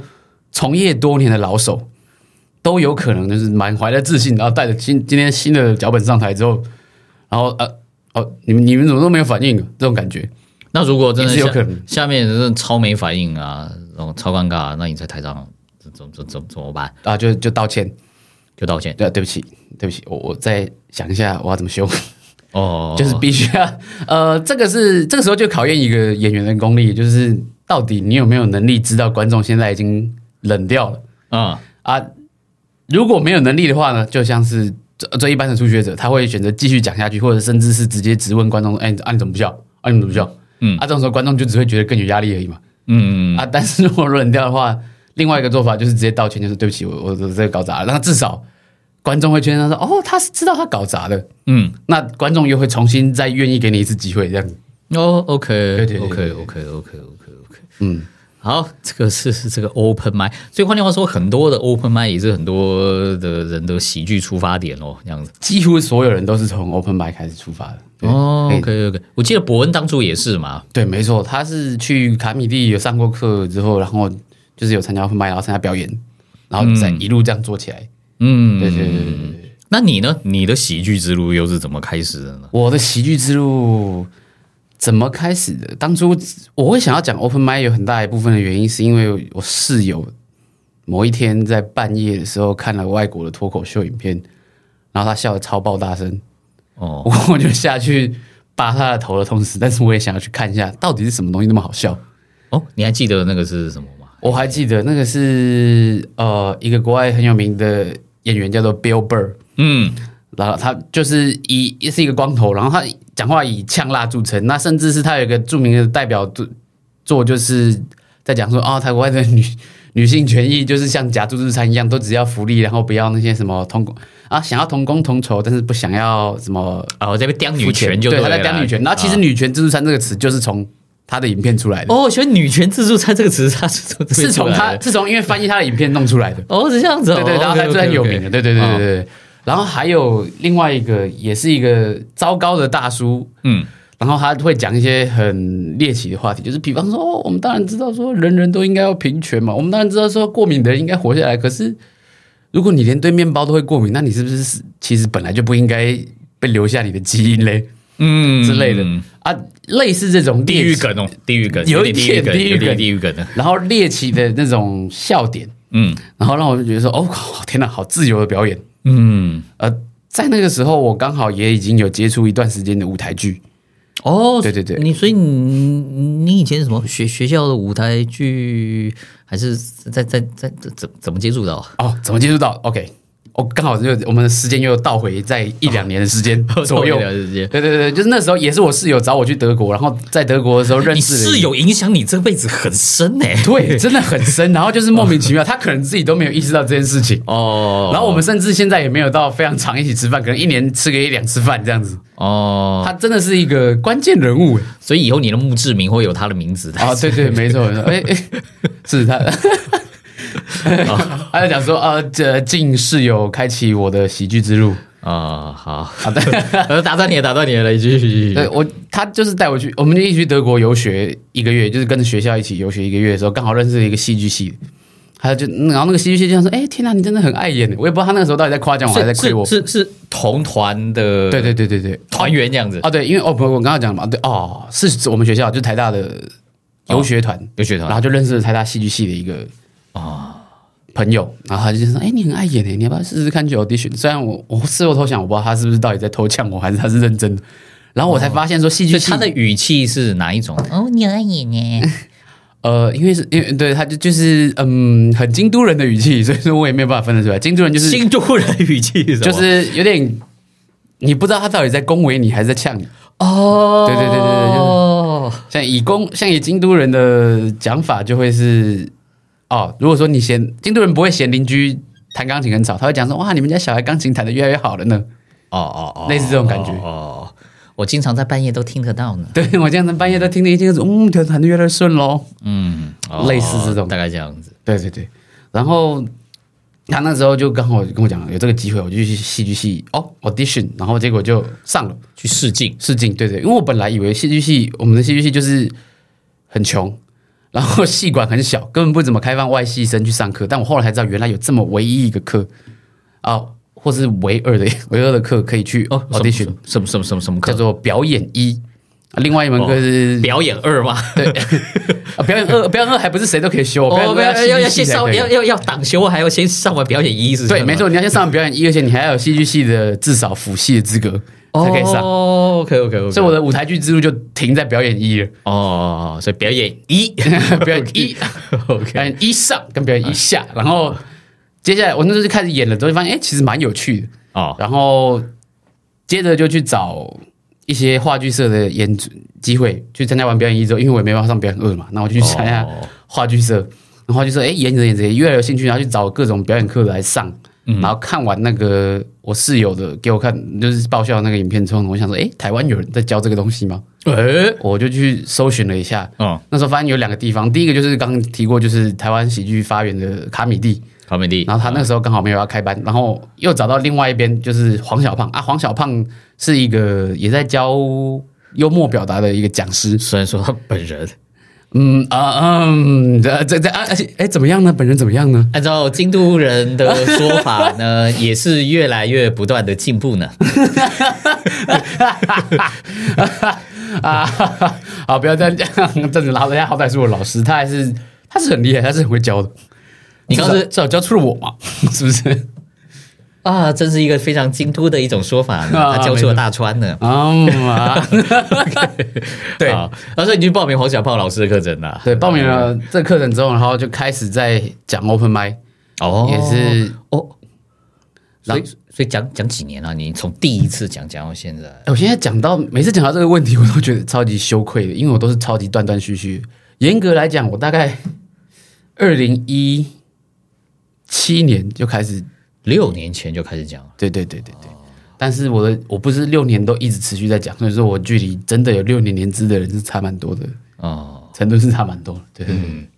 [SPEAKER 2] 从业多年的老手都有可能就是满怀的自信，然后带着今今天新的脚本上台之后，然后呃哦，你们你们怎么都没有反应，这种感觉
[SPEAKER 1] 那如果真的
[SPEAKER 2] 也是有
[SPEAKER 1] 下
[SPEAKER 2] 可能
[SPEAKER 1] 下面真的超没反应啊，然后超尴尬，那你在台上怎怎怎怎怎么办？
[SPEAKER 2] 啊，就就道歉，
[SPEAKER 1] 就道歉
[SPEAKER 2] 对、啊，对不起，对不起，我我再想一下我要怎么修。
[SPEAKER 1] 哦，
[SPEAKER 2] 就是必须要，呃，这个是这个时候就考验一个演员的功力，就是到底你有没有能力知道观众现在已经冷掉了
[SPEAKER 1] 啊、
[SPEAKER 2] 啊？如果没有能力的话呢，就像是最最一般的初学者，他会选择继续讲下去，或者甚至是直接质问观众：“哎、啊你怎么不笑？啊你怎么不笑？”
[SPEAKER 1] 嗯
[SPEAKER 2] 啊这种时候观众就只会觉得更有压力而已嘛。
[SPEAKER 1] 嗯，
[SPEAKER 2] 啊，但是如果冷掉的话，另外一个做法就是直接道歉，就是对不起，我我我这个搞砸了。那至少观众会觉得他说：“哦，他是知道他搞砸的。”
[SPEAKER 1] 嗯
[SPEAKER 2] 那观众又会重新再愿意给你一次机会，这样子。
[SPEAKER 1] 嗯，哦，OK
[SPEAKER 2] 对对对
[SPEAKER 1] OK OK OK OK OK，
[SPEAKER 2] 嗯，
[SPEAKER 1] 好，这个是是这个 open m i 所以换句话说，很多的 open m i 也是很多的人的喜剧出发点哦，这样子。
[SPEAKER 2] 几乎所有人都是从 open mic 开始出发的。对
[SPEAKER 1] 哦
[SPEAKER 2] 哎
[SPEAKER 1] ，OK OK，我记得伯恩当初也是嘛，
[SPEAKER 2] 对，没错，他是去卡米蒂有上过课之后，然后就是有参加 open mic，然后参加表演，然后再一路这样做起来。
[SPEAKER 1] 嗯，
[SPEAKER 2] 对对对对对对。
[SPEAKER 1] 那你呢？你的喜剧之路又是怎么开始的呢？
[SPEAKER 2] 我的喜剧之路怎么开始的？当初我会想要讲 open mic，有很大一部分的原因是因为我室友某一天在半夜的时候看了外国的脱口秀影片，然后他笑得超爆大声。
[SPEAKER 1] 哦，
[SPEAKER 2] 我我就下去拔他的头的同时，但是我也想要去看一下到底是什么东西那么好笑。
[SPEAKER 1] 哦，你还记得那个是什么吗？
[SPEAKER 2] 我还记得那个是呃一个国外很有名的演员叫做 Bill Burr，
[SPEAKER 1] 嗯
[SPEAKER 2] 然后他就是以也是一个光头，然后他讲话以呛辣著称，那甚至是他有一个著名的代表作作就是在讲说啊、哦，台湾的女 女性权益就是像夹自助餐一样，都只要福利，然后不要那些什么同工啊，想要同工同酬，但是不想要什么
[SPEAKER 1] 啊，我在被刁女
[SPEAKER 2] 父权
[SPEAKER 1] 权就
[SPEAKER 2] 对，
[SPEAKER 1] 了啦
[SPEAKER 2] 他在讲女权。然后其实
[SPEAKER 1] 啊
[SPEAKER 2] “女权自助餐”这个词就是从他的影片出来的，
[SPEAKER 1] 哦，所以“女权自助餐”这个词，它是从这边
[SPEAKER 2] 是从
[SPEAKER 1] 出来
[SPEAKER 2] 他
[SPEAKER 1] 的
[SPEAKER 2] 是从因为翻译他的影片弄出来的，
[SPEAKER 1] 哦，是这样子哦，
[SPEAKER 2] 对对，然后他
[SPEAKER 1] OK，OK，OK 啊哦
[SPEAKER 2] 就很有名的，对对对对对。对然后还有另外一个，也是一个糟糕的大叔，
[SPEAKER 1] 嗯
[SPEAKER 2] 然后他会讲一些很猎奇的话题，就是比方说，哦，我们当然知道说人人都应该要平权嘛，我们当然知道说过敏的人应该活下来，可是如果你连对面包都会过敏，那你是不是其实本来就不应该被留下你的基因嘞
[SPEAKER 1] 嗯
[SPEAKER 2] 之类的、
[SPEAKER 1] 嗯
[SPEAKER 2] 啊？类似这种
[SPEAKER 1] 地
[SPEAKER 2] 猎
[SPEAKER 1] 狱
[SPEAKER 2] 奇
[SPEAKER 1] 梗哦，地狱梗，
[SPEAKER 2] 有一
[SPEAKER 1] 点地狱
[SPEAKER 2] 点
[SPEAKER 1] 梗，
[SPEAKER 2] 地狱
[SPEAKER 1] 有点
[SPEAKER 2] 梗
[SPEAKER 1] 地狱梗的，
[SPEAKER 2] 然后猎奇的那种笑点，
[SPEAKER 1] 嗯
[SPEAKER 2] 然后让我就觉得说，哦，靠天哪，好自由的表演。
[SPEAKER 1] 嗯，
[SPEAKER 2] 呃，在那个时候，我刚好也已经有接触一段时间的舞台剧，
[SPEAKER 1] 哦，
[SPEAKER 2] 对对对
[SPEAKER 1] 你所以你你以前什么学学校的舞台剧，还是在在在在怎怎么接触到？啊
[SPEAKER 2] 哦，怎么接触到？OK，哦，刚好就我们的时间又倒回在一两年的时间左右。
[SPEAKER 1] 直接。
[SPEAKER 2] 对对对，就是那时候也是我室友找我去德国，然后在德国的时候认
[SPEAKER 1] 你
[SPEAKER 2] 识了
[SPEAKER 1] 室
[SPEAKER 2] 一个。
[SPEAKER 1] 友影响你这辈子很深欸呢、
[SPEAKER 2] 对，真的很深，然后就是莫名其妙，他可能自己都没有意识到这件事情。
[SPEAKER 1] 哦，
[SPEAKER 2] 然后我们甚至现在也没有到非常常一起吃饭，可能一年吃个一两次饭这样子。
[SPEAKER 1] 哦，
[SPEAKER 2] 他真的是一个关键人物，
[SPEAKER 1] 所以以后你的墓志铭会有他的名字的。
[SPEAKER 2] 啊， 对对，没错，没错哎、哎， 是他，他在讲说，呃，这进室友开启我的喜剧之路。
[SPEAKER 1] 啊、好，好的，呃 打断你了，打断你了，继续继
[SPEAKER 2] 对
[SPEAKER 1] 续。
[SPEAKER 2] 我，他就是带我去，我们就一起去德国游学一个月，就是跟着学校一起游学一个月的时候，刚好认识了一个戏剧系，他就，嗯然后那个戏剧系就想说，哎、天哪，你真的很爱演，我也不知道他那个时候到底在夸奖我还是在亏我。
[SPEAKER 1] 是是是同团的，
[SPEAKER 2] 对对对对对，
[SPEAKER 1] 团员这样子
[SPEAKER 2] 啊，对，因为哦，不，我刚刚讲嘛，对哦，是我们学校就是台大的游学团，
[SPEAKER 1] 有学
[SPEAKER 2] 然
[SPEAKER 1] 团
[SPEAKER 2] 后就认识了台大戏剧系的一个
[SPEAKER 1] 啊，
[SPEAKER 2] 朋友，然后他就说：“哎、你很爱演诶、你要不要试试看去 audition？” 虽然我我事后偷想，我不知道他是不是到底在偷呛我，还是他是认真的。 然后我才发现说，戏
[SPEAKER 1] 就
[SPEAKER 2] 剧系
[SPEAKER 1] 他的语气是哪一种？
[SPEAKER 2] 嗯
[SPEAKER 1] 哦，你爱演呢？
[SPEAKER 2] 呃，因为是因为对他就就是嗯，很京都人的语气，所以说我也没有办法分得出来。京都人就是
[SPEAKER 1] 新都人语气是什么
[SPEAKER 2] 就是有点，你不知道他到底在恭维你还是在呛你。
[SPEAKER 1] 哦，
[SPEAKER 2] 对对对对对
[SPEAKER 1] 对，
[SPEAKER 2] 像以公像以京都人的讲法，就会是哦，如果说你嫌京都人不会嫌邻居弹钢琴很吵，他会讲说：“哇，你们家小孩钢琴弹的越来越好了呢。”
[SPEAKER 1] 哦哦哦，
[SPEAKER 2] 类似这种感觉
[SPEAKER 1] 哦，我经常在半夜都听得到呢。
[SPEAKER 2] 对我这样子半夜都听着一听，嗯，调弹的越来越顺喽。
[SPEAKER 1] 嗯，哦
[SPEAKER 2] 类似这种
[SPEAKER 1] 大概这样子。
[SPEAKER 2] 对对对，然后他那时候就刚好跟我讲有这个机会，我就去戏剧系哦 audition，然后结果就上了
[SPEAKER 1] 去试镜
[SPEAKER 2] 试镜。对对，因为我本来以为戏剧系我们的戏剧系就是很穷，然后系馆很小，根本不怎么开放外系生去上课。但我后来才知道，原来有这么唯一一个课啊，或是唯二的唯二的课可以去
[SPEAKER 1] 哦
[SPEAKER 2] audition，、
[SPEAKER 1] 什么什么什么什么什么
[SPEAKER 2] 叫
[SPEAKER 1] 课？
[SPEAKER 2] 做表演一。啊另外一门课是、
[SPEAKER 1] 表演二吗？
[SPEAKER 2] 对、啊，表演二，表演二还不是谁都可以修，表演
[SPEAKER 1] 哦，
[SPEAKER 2] 二
[SPEAKER 1] 要要要先
[SPEAKER 2] 戏剧系才
[SPEAKER 1] 上
[SPEAKER 2] 可以啊
[SPEAKER 1] 要要要党修，还要先上完表演一，是不是？
[SPEAKER 2] 对，没错，你要先上表演一，而且你还要有戏剧系的至少辅系的资格
[SPEAKER 1] 哦，
[SPEAKER 2] 才可以上。
[SPEAKER 1] 哦，OK OK OK。
[SPEAKER 2] 所以我的舞台剧之路就停在表演 一了，
[SPEAKER 1] 哦，所以表演一
[SPEAKER 2] 表演一，表
[SPEAKER 1] OK，
[SPEAKER 2] 演一上跟表演一下，然后接下来我那时候就开始演了，之后就发现哎、诶其实蛮有趣的。
[SPEAKER 1] 哦
[SPEAKER 2] 然后接着就去找一些话剧社的演出机会，去参加完表演一之后，因为我也没办法上表演二嘛，那我就去参加
[SPEAKER 1] 哦
[SPEAKER 2] 话剧社。然后话剧社哎、诶演着演着也越来越有兴趣，然后去找各种表演课来上。然后看完那个我室友的给我看，就是爆笑的那个影片之后呢，我想说，哎、台湾有人在教这个东西吗？
[SPEAKER 1] 诶，
[SPEAKER 2] 我就去搜寻了一下，
[SPEAKER 1] 哦，
[SPEAKER 2] 那时候发现有两个地方，第一个就是刚刚提过，就是台湾喜剧发源的卡米蒂，
[SPEAKER 1] 卡美蒂，
[SPEAKER 2] 然后他那个时候刚好没有要开班，然后又找到另外一边就是黄小胖啊，黄小胖是一个也在教幽默表达的一个讲师，
[SPEAKER 1] 虽然说他本人
[SPEAKER 2] 嗯啊嗯，这这这啊，而且哎怎么样呢？本人怎么样呢？
[SPEAKER 1] 按照京都人的说法 呢，也是越来越不断的进步呢。
[SPEAKER 2] 啊， 哈哈好，不要这样这样子拉，人家好歹是我老师，他还是他是很厉害，他是很会教的。
[SPEAKER 1] 你刚刚是
[SPEAKER 2] 至少至少教出了我嘛， 是不是？
[SPEAKER 1] 啊，真是一个非常京都的一种说法呢，
[SPEAKER 2] 啊
[SPEAKER 1] 他教出了大川呢。
[SPEAKER 2] 嗯 啊，对
[SPEAKER 1] 啊，啊，所以你去报名黄小胖老师的课程啊啦。
[SPEAKER 2] 对，报名了这个课程之后，然后就开始在讲 open m i
[SPEAKER 1] 哦，
[SPEAKER 2] 也是
[SPEAKER 1] 哦，所以
[SPEAKER 2] 然
[SPEAKER 1] 所以讲讲几年了？你从第一次讲讲到现在，
[SPEAKER 2] 我现在讲到每次讲到这个问题，我都觉得超级羞愧的，因为我都是超级断断续续。严格来讲，我大概 二零一七年就开始，
[SPEAKER 1] 六年前就开始讲了。
[SPEAKER 2] 对对对对对。但是我的我不是六年都一直持续在讲，所以说我距离真的有六年年资的人是差蛮多的，
[SPEAKER 1] 哦，
[SPEAKER 2] 程度是差蛮多的。对对对。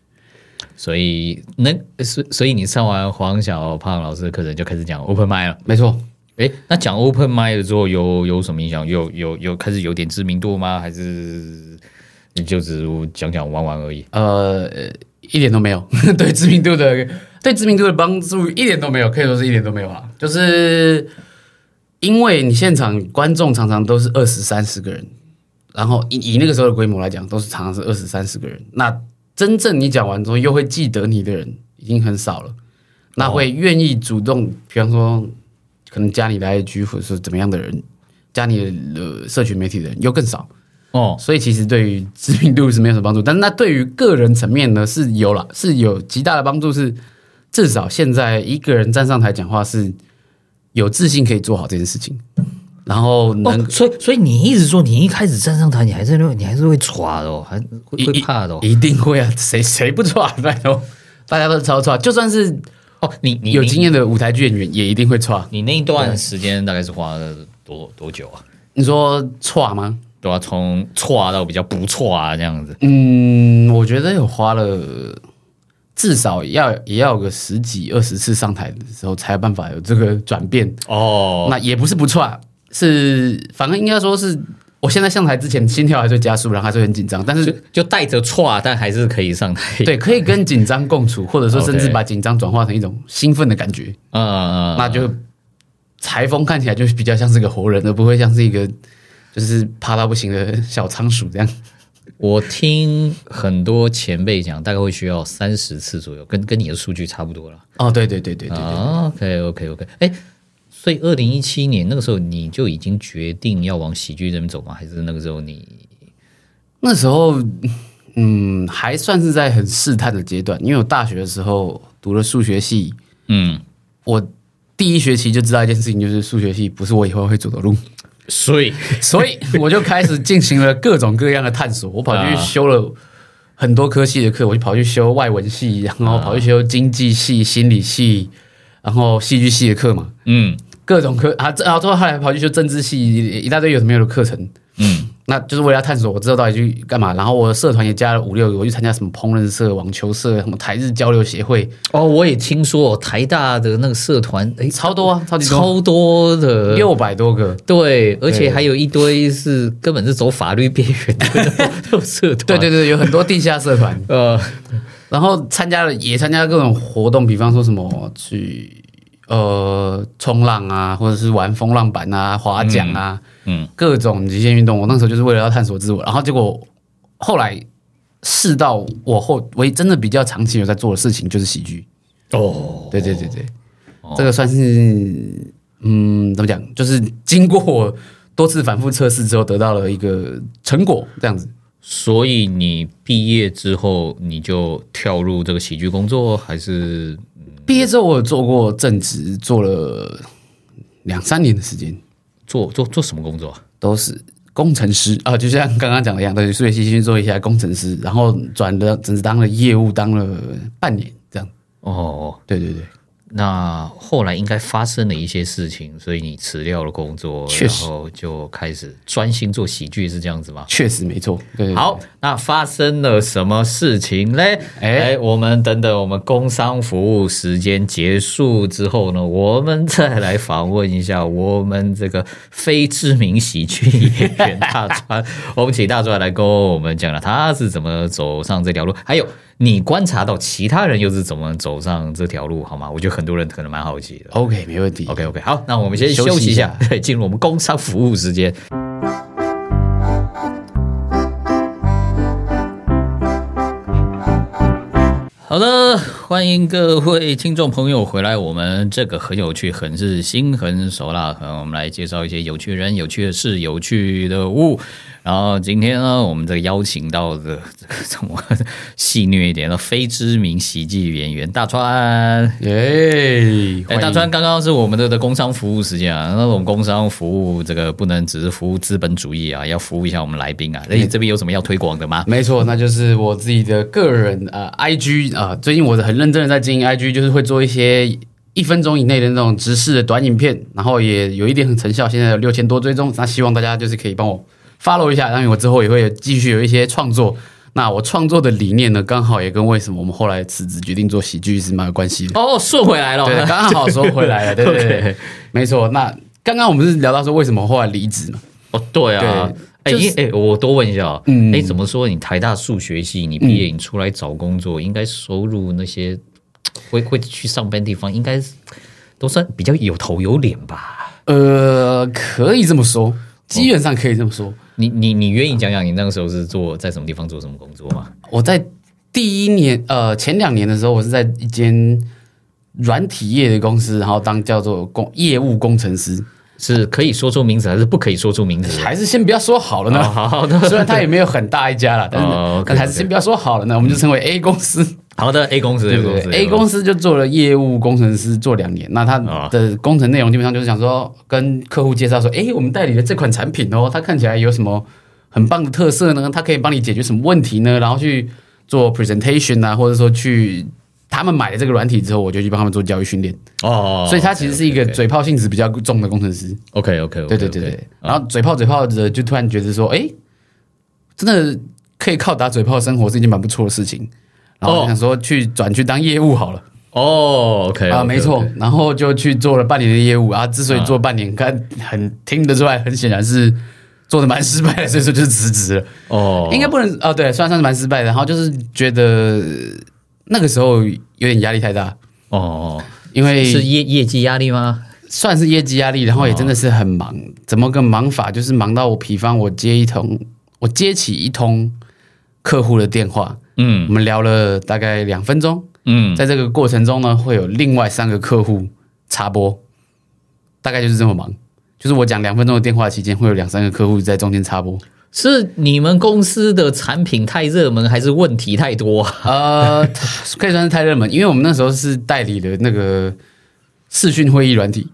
[SPEAKER 1] 所以能，所所以你上完黄小胖老师的课程就开始讲 open m i 了。
[SPEAKER 2] 没错，
[SPEAKER 1] 诶，那讲 open m i 了之后有有什么影响？有有有开始有点知名度吗？还是你就只是讲讲玩玩而已？
[SPEAKER 2] 呃，一点都没有， 对知名度的对知名度的帮助一点都没有，可以说是一点都没有啊。就是因为你现场观众常常都是二十三十个人，然后以以那个时候的规模来讲，都是常常是二十三十个人。那真正你讲完之后又会记得你的人已经很少了，那会愿意主动，比方说可能加你的 IG 或者是怎么样的人，加你的、呃、社群媒体的人又更少。
[SPEAKER 1] 哦，
[SPEAKER 2] 所以其实对于知名度是没有什么帮助，但是那对于个人层面呢是有了，是有极大的帮助是，至少现在一个人站上台讲话是有自信可以做好这件事情，然后能、
[SPEAKER 1] 哦，所以所以你一直说你一开始站上台，你还是你还是会抓的哦，还会
[SPEAKER 2] 一
[SPEAKER 1] 会怕的哦。
[SPEAKER 2] 一定会啊，谁谁不错啊，拜托，大家都超错，就算是
[SPEAKER 1] 哦，你你
[SPEAKER 2] 有
[SPEAKER 1] 你
[SPEAKER 2] 经验的舞台剧演员也一定会错。
[SPEAKER 1] 你那一段时间大概是花了多多久啊？
[SPEAKER 2] 你说错吗？
[SPEAKER 1] 对啊，从错到比较不错啊这样子。
[SPEAKER 2] 嗯，我觉得有花了。至少要也要有个十几二十次上台的时候，才有办法有这个转变。
[SPEAKER 1] 哦，
[SPEAKER 2] 那也不是不错啊，是反正应该说是我现在上台之前心跳还是会加速，然后还是会很紧张，但
[SPEAKER 1] 就是就带着错，啊但还是可以上台。，
[SPEAKER 2] 对可以跟紧张共处，或者说
[SPEAKER 1] OK
[SPEAKER 2] 甚至把紧张转化成一种兴奋的感觉，
[SPEAKER 1] 嗯，
[SPEAKER 2] 那就裁缝看起来就比较像是个活人，而不会像是一个就是怕到不行的小仓鼠这样。
[SPEAKER 1] 我听很多前辈讲，大概会需要三十次左右，跟跟你的数据差不多了。
[SPEAKER 2] 哦，对对对对对，
[SPEAKER 1] 啊，OK OK OK，哎，所以二零一七年那个时候你就已经决定要往喜剧这边走吗？还是那个时候你
[SPEAKER 2] 那时候嗯还算是在很试探的阶段，因为我大学的时候读了数学系，
[SPEAKER 1] 嗯，
[SPEAKER 2] 我第一学期就知道一件事情，就是数学系不是我以后会走的路。
[SPEAKER 1] 所以
[SPEAKER 2] 所以我就开始进行了各种各样的探索。我跑去
[SPEAKER 1] 啊
[SPEAKER 2] 修了很多科系的课，我就跑去修外文系，然后跑去修经济系、心理系，然后戏剧系的课嘛，
[SPEAKER 1] 嗯
[SPEAKER 2] 各种课啊，这然后最后后来跑去修政治系，一大堆有什么样的课程。
[SPEAKER 1] 嗯，
[SPEAKER 2] 那就是为了探索我知道到底去干嘛。然后我的社团也加了五六个，我去参加什么烹饪社、网球社、什么台日交流协会，
[SPEAKER 3] 哦，我也听说、哦、台大的那个社团，哎，
[SPEAKER 2] 超多啊，超级多，
[SPEAKER 3] 超多的，
[SPEAKER 2] 六百多个。
[SPEAKER 3] 对，而且还有一堆是根本是走法律边缘的那种社团。
[SPEAKER 2] 对对对，有很多地下社团。
[SPEAKER 3] 呃，
[SPEAKER 2] 然后参加了也参加各种活动，比方说什么去呃冲浪啊，或者是玩风浪板啊、划桨啊，
[SPEAKER 1] 嗯嗯
[SPEAKER 2] 各种极限运动。我那时候就是为了要探索自我，然后结果后来试到我后唯一真的比较长期有在做的事情就是喜剧。
[SPEAKER 3] 哦，
[SPEAKER 2] 对对对对，
[SPEAKER 1] 哦
[SPEAKER 2] 这个算是嗯怎么讲，就是经过我多次反复测试之后得到了一个成果，这样子。
[SPEAKER 1] 所以你毕业之后你就跳入这个喜剧工作，还是
[SPEAKER 2] 毕业之后，我有做过正职，做了两三年的时间，
[SPEAKER 1] 做做做什么工作啊？
[SPEAKER 2] 都是工程师啊、就像刚刚讲的一样，对，数学系先做一下工程师，然后转了正职当了业务，当了半年这样。
[SPEAKER 1] 哦，
[SPEAKER 2] 对对对，
[SPEAKER 1] 那后来应该发生了一些事情，所以你辞掉了工作，
[SPEAKER 2] 确
[SPEAKER 1] 然
[SPEAKER 2] 实
[SPEAKER 1] 后就开始专心做喜剧，是这样子吗？
[SPEAKER 2] 确实没错。对对对
[SPEAKER 1] 好，那发生了什么事情嘞？哎、
[SPEAKER 2] 哎
[SPEAKER 1] 我们等等，我们工商服务时间结束之后呢，我们再来访问一下我们这个非知名喜剧演员大川。我们请大川来跟我们讲了他是怎么走上这条路，还有你观察到其他人又是怎么走上这条路，好吗？我觉得很多人可能蛮好奇的。
[SPEAKER 2] ，OK，没问题。
[SPEAKER 1] OK OK，好，那我们先
[SPEAKER 2] 休
[SPEAKER 1] 休
[SPEAKER 2] 息
[SPEAKER 1] 息一
[SPEAKER 2] 一
[SPEAKER 1] 下
[SPEAKER 2] 下，
[SPEAKER 1] 对，进入我们工商服务时间。好的，欢迎各位听众朋友回来。我们这个很有趣，很是心狠手辣很，我们来介绍一些有趣人、有趣的事、有趣的物。然后今天呢，我们这个邀请到的这个怎么戏虐一点的非知名喜剧演员大川。
[SPEAKER 2] 耶，
[SPEAKER 1] 哎、
[SPEAKER 2] 欢迎
[SPEAKER 1] 大川，刚刚是我们的的工商服务时间啊，那我们工商服务这个不能只是服务资本主义啊，要服务一下我们来宾啊。那
[SPEAKER 2] 嗯
[SPEAKER 1] 你这边有什么要推广的吗？
[SPEAKER 2] 没错，那就是我自己的个人啊、呃、，IG 啊、最近我很认真的在经营 IG，就是会做一些一分钟以内的那种直视的短影片，然后也有一点很成效，现在有六千多追踪，那希望大家就是可以帮我 follow 一下，然后我之后也会继续有一些创作。那我创作的理念呢，刚好也跟为什么我们后来辞职决定做喜剧是蛮有关系的。
[SPEAKER 1] 哦，顺回来了
[SPEAKER 2] 对，啊刚好说回来了，对对对
[SPEAKER 1] OK
[SPEAKER 2] 没错。那刚刚我们是聊到说为什么后来离职嘛？
[SPEAKER 1] 哦，对啊。哎，
[SPEAKER 2] 对就是嗯
[SPEAKER 1] 因哎，我多问一下啊，哎，怎么说？你台大数学系，你毕业，你出来找工作，应该收入那些会会去上班地方，应该是都算比较有头有脸吧？
[SPEAKER 2] 呃，可以这么说，基本上可以这么说。
[SPEAKER 1] 你你你愿意讲讲你那个时候是做在什么地方做什么工作吗？
[SPEAKER 2] 我在第一年，呃，前两年的时候，我是在一间软体业的公司，然后当叫做工业务工程师，
[SPEAKER 1] 是可以说出名字，还是不可以说出名字？
[SPEAKER 2] 还是先不要说好了
[SPEAKER 1] 哦
[SPEAKER 2] 呢？
[SPEAKER 1] 好好的，
[SPEAKER 2] 虽然它也没有很大一家啦，但是、
[SPEAKER 1] 哦，OK，
[SPEAKER 2] 但还是先不要说好了呢，我们就称为 A 公司，
[SPEAKER 1] 好的，A 公司
[SPEAKER 2] 对不对？A 公
[SPEAKER 1] 司
[SPEAKER 2] 司就做了业务工程师，做两年。那它
[SPEAKER 1] 哦
[SPEAKER 2] 的工程内容基本上就是想说，跟客户介绍说，诶，我们代理的这款产品哦，它看起来有什么很棒的特色呢？它可以帮你解决什么问题呢？然后去做 presentation 啊，或者说去他们买了这个软体之后，我就去帮他们做教育训练。
[SPEAKER 1] 哦，
[SPEAKER 2] 所以它其实是一个嘴炮性质比较重的工程师。
[SPEAKER 1] OK OK，
[SPEAKER 2] 对对对对。
[SPEAKER 1] 啊
[SPEAKER 2] 然后嘴炮嘴炮的，就突然觉得说，诶，真的可以靠打嘴炮生活是一件蛮不错的事情。然后
[SPEAKER 1] 哦
[SPEAKER 2] 我想说去转去当业务好了。
[SPEAKER 1] 哦 OK
[SPEAKER 2] 啊，没错，然后就去做了半年的业务啊。之所以做半年，看很听得出来，很显然是做的蛮失败的，所以说就是辞职了。
[SPEAKER 1] 哦，
[SPEAKER 2] 应该不能啊，对，算算是蛮失败的。然后就是觉得呃那个时候有点压力太大，
[SPEAKER 1] 哦，
[SPEAKER 2] 因
[SPEAKER 1] 是
[SPEAKER 2] 为
[SPEAKER 1] 业业绩压力吗？
[SPEAKER 2] 算是业绩压力，然后也真的是很忙。怎么个忙法？就是忙到我，比方我接一通，我接起一通客户的电话，
[SPEAKER 1] 嗯
[SPEAKER 2] 我们聊了大概两分钟。
[SPEAKER 1] 嗯，
[SPEAKER 2] 在这个过程中呢，会有另外三个客户插播，大概就是这么忙。就是我讲两分钟的电话期间，会有两三个客户在中间 插播。
[SPEAKER 1] 是你们公司的产品太热门，还是问题太多？
[SPEAKER 2] 呃，可以算是太热门，因为我们那时候是代理的那个视讯会议软体，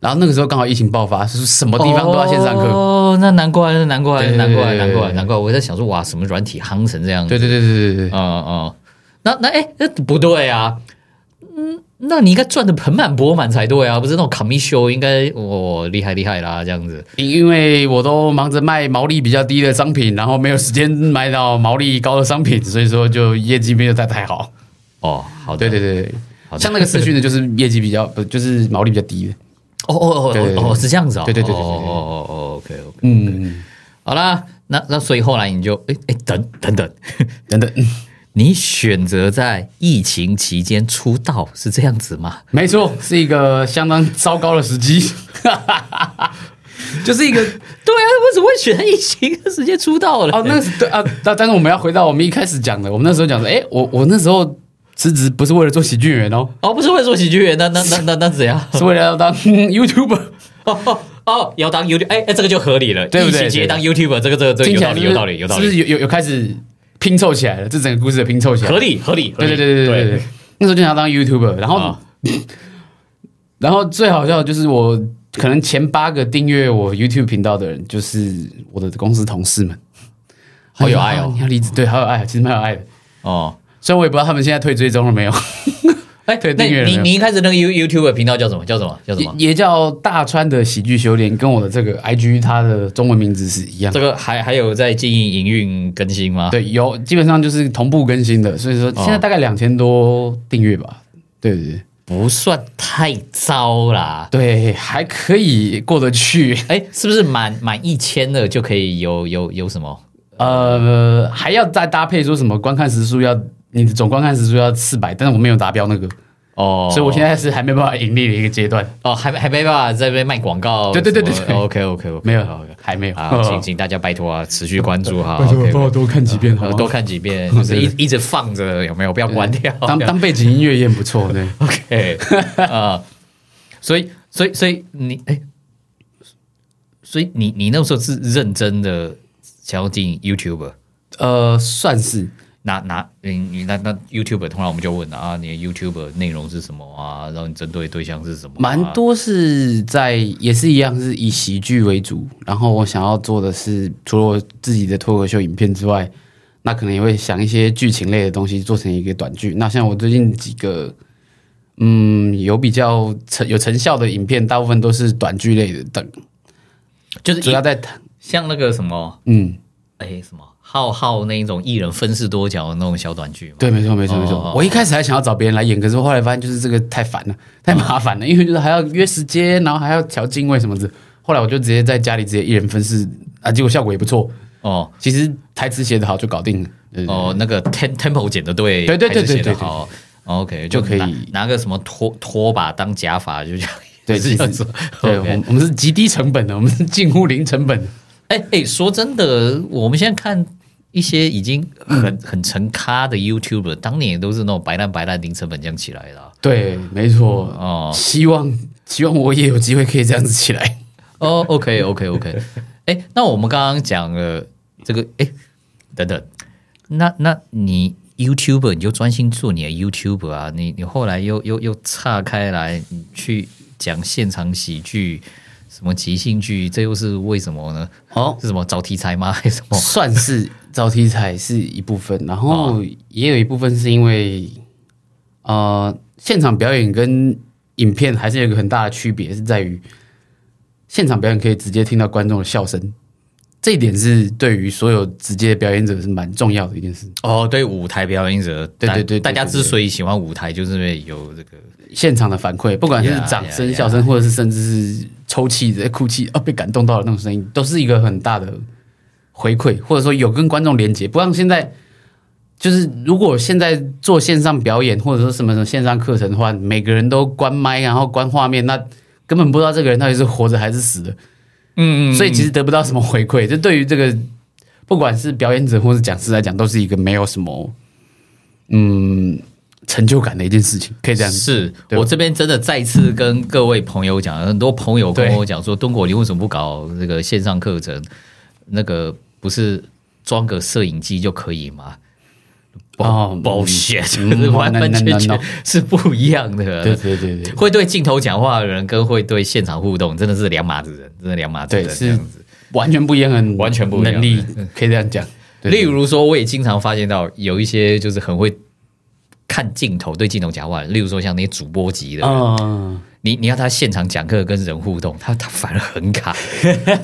[SPEAKER 2] 然后那个时候刚好疫情爆发，是什么地方都要线上课。
[SPEAKER 1] 哦，那难怪，那难怪，
[SPEAKER 2] 对对
[SPEAKER 1] 难怪，
[SPEAKER 2] 对对
[SPEAKER 1] 难怪，
[SPEAKER 2] 对
[SPEAKER 1] 难怪！我在想说，哇，什么软体夯成这样子？哦
[SPEAKER 2] 对对对对对对对，
[SPEAKER 1] 哦哦，那那哎，那不对啊。那你应该赚的盆满钵满才对啊，不是那种 commission 应该哦厉害厉害啦这样子。
[SPEAKER 2] 因因为我都忙着卖毛利比较低的商品，然后没有时间卖到毛利高的商品，所以说就业绩没有太太好。
[SPEAKER 4] 哦，好的，
[SPEAKER 2] 对对对对
[SPEAKER 4] 好的
[SPEAKER 2] 像那个社区呢，就是业绩比较不就是毛利比较低的。
[SPEAKER 1] 哦哦哦
[SPEAKER 2] 对对对
[SPEAKER 1] 哦哦，是这样子啊、哦。
[SPEAKER 2] 对对对对对对
[SPEAKER 1] 哦哦哦哦，OK OK。
[SPEAKER 2] 嗯，
[SPEAKER 1] 好啦，那那所以后来你就哎哎等等等，
[SPEAKER 2] 等 等，
[SPEAKER 1] 你选择在疫情期间出道是这样子吗？
[SPEAKER 2] 没错，是一个相当糟糕的时机。 就是一个
[SPEAKER 1] 对啊，我怎么会选在疫情的时间出道了？
[SPEAKER 2] 哦，那是对啊，但但是我们要回到我们一开始讲的，我们那时候讲说，哎、我我那时候辞职不是为了做喜剧演员 哦，
[SPEAKER 1] 哦，不是会做喜剧演员，那那那那那怎样？
[SPEAKER 2] 是为了要当 YouTuber。
[SPEAKER 1] 哦 哦哦，要当 YouTube，哎哎，这个就合理了，
[SPEAKER 2] 对不对
[SPEAKER 1] 疫情节当 YouTuber，这个这个这个有
[SPEAKER 2] 听起
[SPEAKER 1] 道
[SPEAKER 2] 来
[SPEAKER 1] 理，
[SPEAKER 2] 是不是
[SPEAKER 1] 有道理，有道
[SPEAKER 2] 是不
[SPEAKER 1] 理，
[SPEAKER 2] 是有有有开始拼凑起来了？这整个故事的拼凑起来，
[SPEAKER 1] 合理合理，合
[SPEAKER 2] 对
[SPEAKER 1] 理哦
[SPEAKER 2] 对对对对对对。那时候就想当 YouTuber，然后、
[SPEAKER 4] 啊
[SPEAKER 2] 然后最好笑的就是我可能前八个订阅我 YouTube 频道的人，就是我的公司同事们，好有爱
[SPEAKER 4] 哎
[SPEAKER 2] 哦
[SPEAKER 4] 呦！
[SPEAKER 2] 你要离职，对，好有爱，其实蛮有爱的。
[SPEAKER 4] 哦，
[SPEAKER 2] 虽然我也不知道他们现在退追踪了没有，
[SPEAKER 1] 哎
[SPEAKER 2] 对，
[SPEAKER 1] 那
[SPEAKER 2] 订阅了没
[SPEAKER 1] 你
[SPEAKER 2] 有
[SPEAKER 1] 你一开始那个 You YouTuber 频道叫什么？叫什么？叫什
[SPEAKER 2] 也
[SPEAKER 1] 么？
[SPEAKER 2] 也叫大川的喜剧修炼，跟我的这个 IG 它的中文名字是一样
[SPEAKER 1] 这
[SPEAKER 2] 的。
[SPEAKER 1] 个还还有在经营营运更新吗？
[SPEAKER 2] 对，有基本上就是同步更新的，所以说现在大概两千多订阅吧。对对对
[SPEAKER 1] 不算太糟啦。
[SPEAKER 2] 对，还可以过得去。
[SPEAKER 1] 哎，是不是满满一千了就可以有有有什么？
[SPEAKER 2] 呃，还要再搭配说什么观看时数要你的总观看时数要四百，但是我没有达标那个，
[SPEAKER 1] 哦，
[SPEAKER 2] 所以我现在是还没办法盈利的一个阶段，
[SPEAKER 1] 哦还没还没办法在这边卖广告。
[SPEAKER 2] 对对对对对
[SPEAKER 1] 哦，OK OK OK，
[SPEAKER 2] 没有，还没有。 哦
[SPEAKER 1] 啊，请哦请大家拜托啊，持续关注哈。OK，
[SPEAKER 2] 帮我多看几遍好
[SPEAKER 1] 呃
[SPEAKER 2] 吗
[SPEAKER 1] 多看几遍，就是一一直放着，有没有？不要关掉。
[SPEAKER 2] 当当背景音乐也很不错，对。
[SPEAKER 1] OK 啊，所以所以所以你哎，所以你你那时候是认真的想要进 YouTube，
[SPEAKER 2] 呃，算是
[SPEAKER 1] 那那你你那那 YouTube 通常我们就问了啊，你的 YouTube 内容是什么啊？然后你针对对象是什么啊？
[SPEAKER 2] 蛮多是在也是一样是以喜剧为主，然后我想要做的是除了我自己的脱口秀影片之外，那可能也会想一些剧情类的东西做成一个短剧。那像我最近几个，嗯，有比较成有成效的影片，大部分都是短剧类的，等
[SPEAKER 1] 就是
[SPEAKER 2] 主要在谈，
[SPEAKER 1] 像那个什么
[SPEAKER 2] 嗯，
[SPEAKER 1] 哎什么浩浩那一种艺人分饰多角的那种小短剧嘛。
[SPEAKER 2] 对，没错，没错，没错。
[SPEAKER 1] 哦
[SPEAKER 2] 我一开始还想要找别人来演，可是我后来发现就是这个太烦了，太麻烦了，因为就是还要约时间，然后还要调定位什么的。后来我就直接在家里直接一人分饰啊，结果效果也不错。
[SPEAKER 1] 哦
[SPEAKER 2] 其实台词写得好就搞定了，对
[SPEAKER 1] 哦，那个 tem tempo 剪的对，
[SPEAKER 2] 对对对
[SPEAKER 1] 还是
[SPEAKER 2] 对
[SPEAKER 1] 写得
[SPEAKER 2] 对对
[SPEAKER 1] 好。OK，哦
[SPEAKER 2] 就可以
[SPEAKER 1] 拿拿个什么拖拖把当假发，就这样，
[SPEAKER 2] 对
[SPEAKER 1] 是这样
[SPEAKER 2] 其实
[SPEAKER 1] 子。
[SPEAKER 2] 对，我
[SPEAKER 1] OK
[SPEAKER 2] 们我们是极低成本的，我们是近乎零成本的。
[SPEAKER 1] 哎哎，说真的，我们现在看一些已经
[SPEAKER 2] 嗯
[SPEAKER 1] 很很成咖的 YouTuber，当年也都是那种白烂白烂零成本这样起来的啊、
[SPEAKER 2] 对，没错。
[SPEAKER 1] 哦
[SPEAKER 2] 希望希望我也有机会可以这样子起来。
[SPEAKER 1] 哦，OK OK OK，哎，那我们刚刚讲了这个，哎，等等，那那你 YouTuber 你就专心做你的 YouTuber 啊，你你后来又又又岔开来，你去讲现场喜剧。什么即兴剧？这又是为什么呢？
[SPEAKER 2] 哦，
[SPEAKER 1] 是什么找题材吗？还是什么？
[SPEAKER 2] 算是找题材是一部分，然后也有一部分是因为，呃，现场表演跟影片还是有一个很大的区别，是在于现场表演可以直接听到观众的笑声，这一点是对于所有直接表演者是蛮重要的一件事。
[SPEAKER 1] 哦，对，舞台表演者，
[SPEAKER 2] 对
[SPEAKER 1] 大
[SPEAKER 2] 对对对
[SPEAKER 1] 大家
[SPEAKER 2] 对
[SPEAKER 1] 之
[SPEAKER 2] 对
[SPEAKER 1] 所以喜欢舞台，就是因为有这个
[SPEAKER 2] 现场的反馈，不管是
[SPEAKER 1] Yeah,
[SPEAKER 2] 掌
[SPEAKER 1] yeah,
[SPEAKER 2] 声、
[SPEAKER 1] yeah.
[SPEAKER 2] 笑声，或者是甚至是抽泣的、哭泣啊，被感动到的那种声音，都是一个很大的回馈，或者说有跟观众连接。不像现在，就是如果现在做线上表演，或者说什么什么线上课程的话，每个人都关麦，啊然后关画面，那根本不知道这个人到底是活着还是死的。
[SPEAKER 1] 嗯
[SPEAKER 2] 所以其实得不到什么回馈。这对于这个不管是表演者或是讲师来讲，都是一个没有什么嗯成就感的一件事情，可以这样子。
[SPEAKER 1] 是
[SPEAKER 2] 对
[SPEAKER 1] 我这边真的再次跟各位朋友讲，很多朋友跟
[SPEAKER 2] 对
[SPEAKER 1] 我讲说，东果你为什么不搞这个线上课程？那个不是装个摄影机就可以 吗？
[SPEAKER 2] 哦嗯
[SPEAKER 1] bullshit，
[SPEAKER 2] 嗯
[SPEAKER 1] 完完
[SPEAKER 2] no, no,
[SPEAKER 1] 全
[SPEAKER 2] no,
[SPEAKER 1] 全
[SPEAKER 2] no
[SPEAKER 1] 是不一样的。
[SPEAKER 2] 对对对对，
[SPEAKER 1] 会对镜头讲话的人跟会对现场互动，真的是两码子人，真的两码子
[SPEAKER 2] 对
[SPEAKER 1] 人。
[SPEAKER 2] 是
[SPEAKER 1] 这样子。
[SPEAKER 2] 完全不一样的，
[SPEAKER 1] 完全不一样
[SPEAKER 2] 能力，可以这样讲。对
[SPEAKER 1] 例如说，我也经常发现到有一些就是很会看镜头，对镜头讲话，例如说像那些主播级的，啊
[SPEAKER 2] 嗯，
[SPEAKER 1] 你你要他现场讲课跟人互动，他他反而很卡，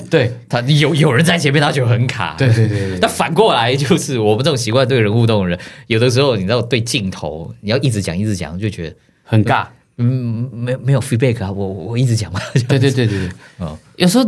[SPEAKER 2] 对
[SPEAKER 1] 他有有人在前面，他就很卡。
[SPEAKER 2] 对对对
[SPEAKER 1] 那
[SPEAKER 2] 对，
[SPEAKER 1] 反过来就是我们这种习惯对人互动的人，有的时候你知道对镜头，你要一直讲一直讲，就觉得
[SPEAKER 2] 很尬。
[SPEAKER 1] 嗯没没有 feedback 啊，我我一直 讲嘛，
[SPEAKER 2] 对对对对对，
[SPEAKER 1] 哦
[SPEAKER 2] 有时候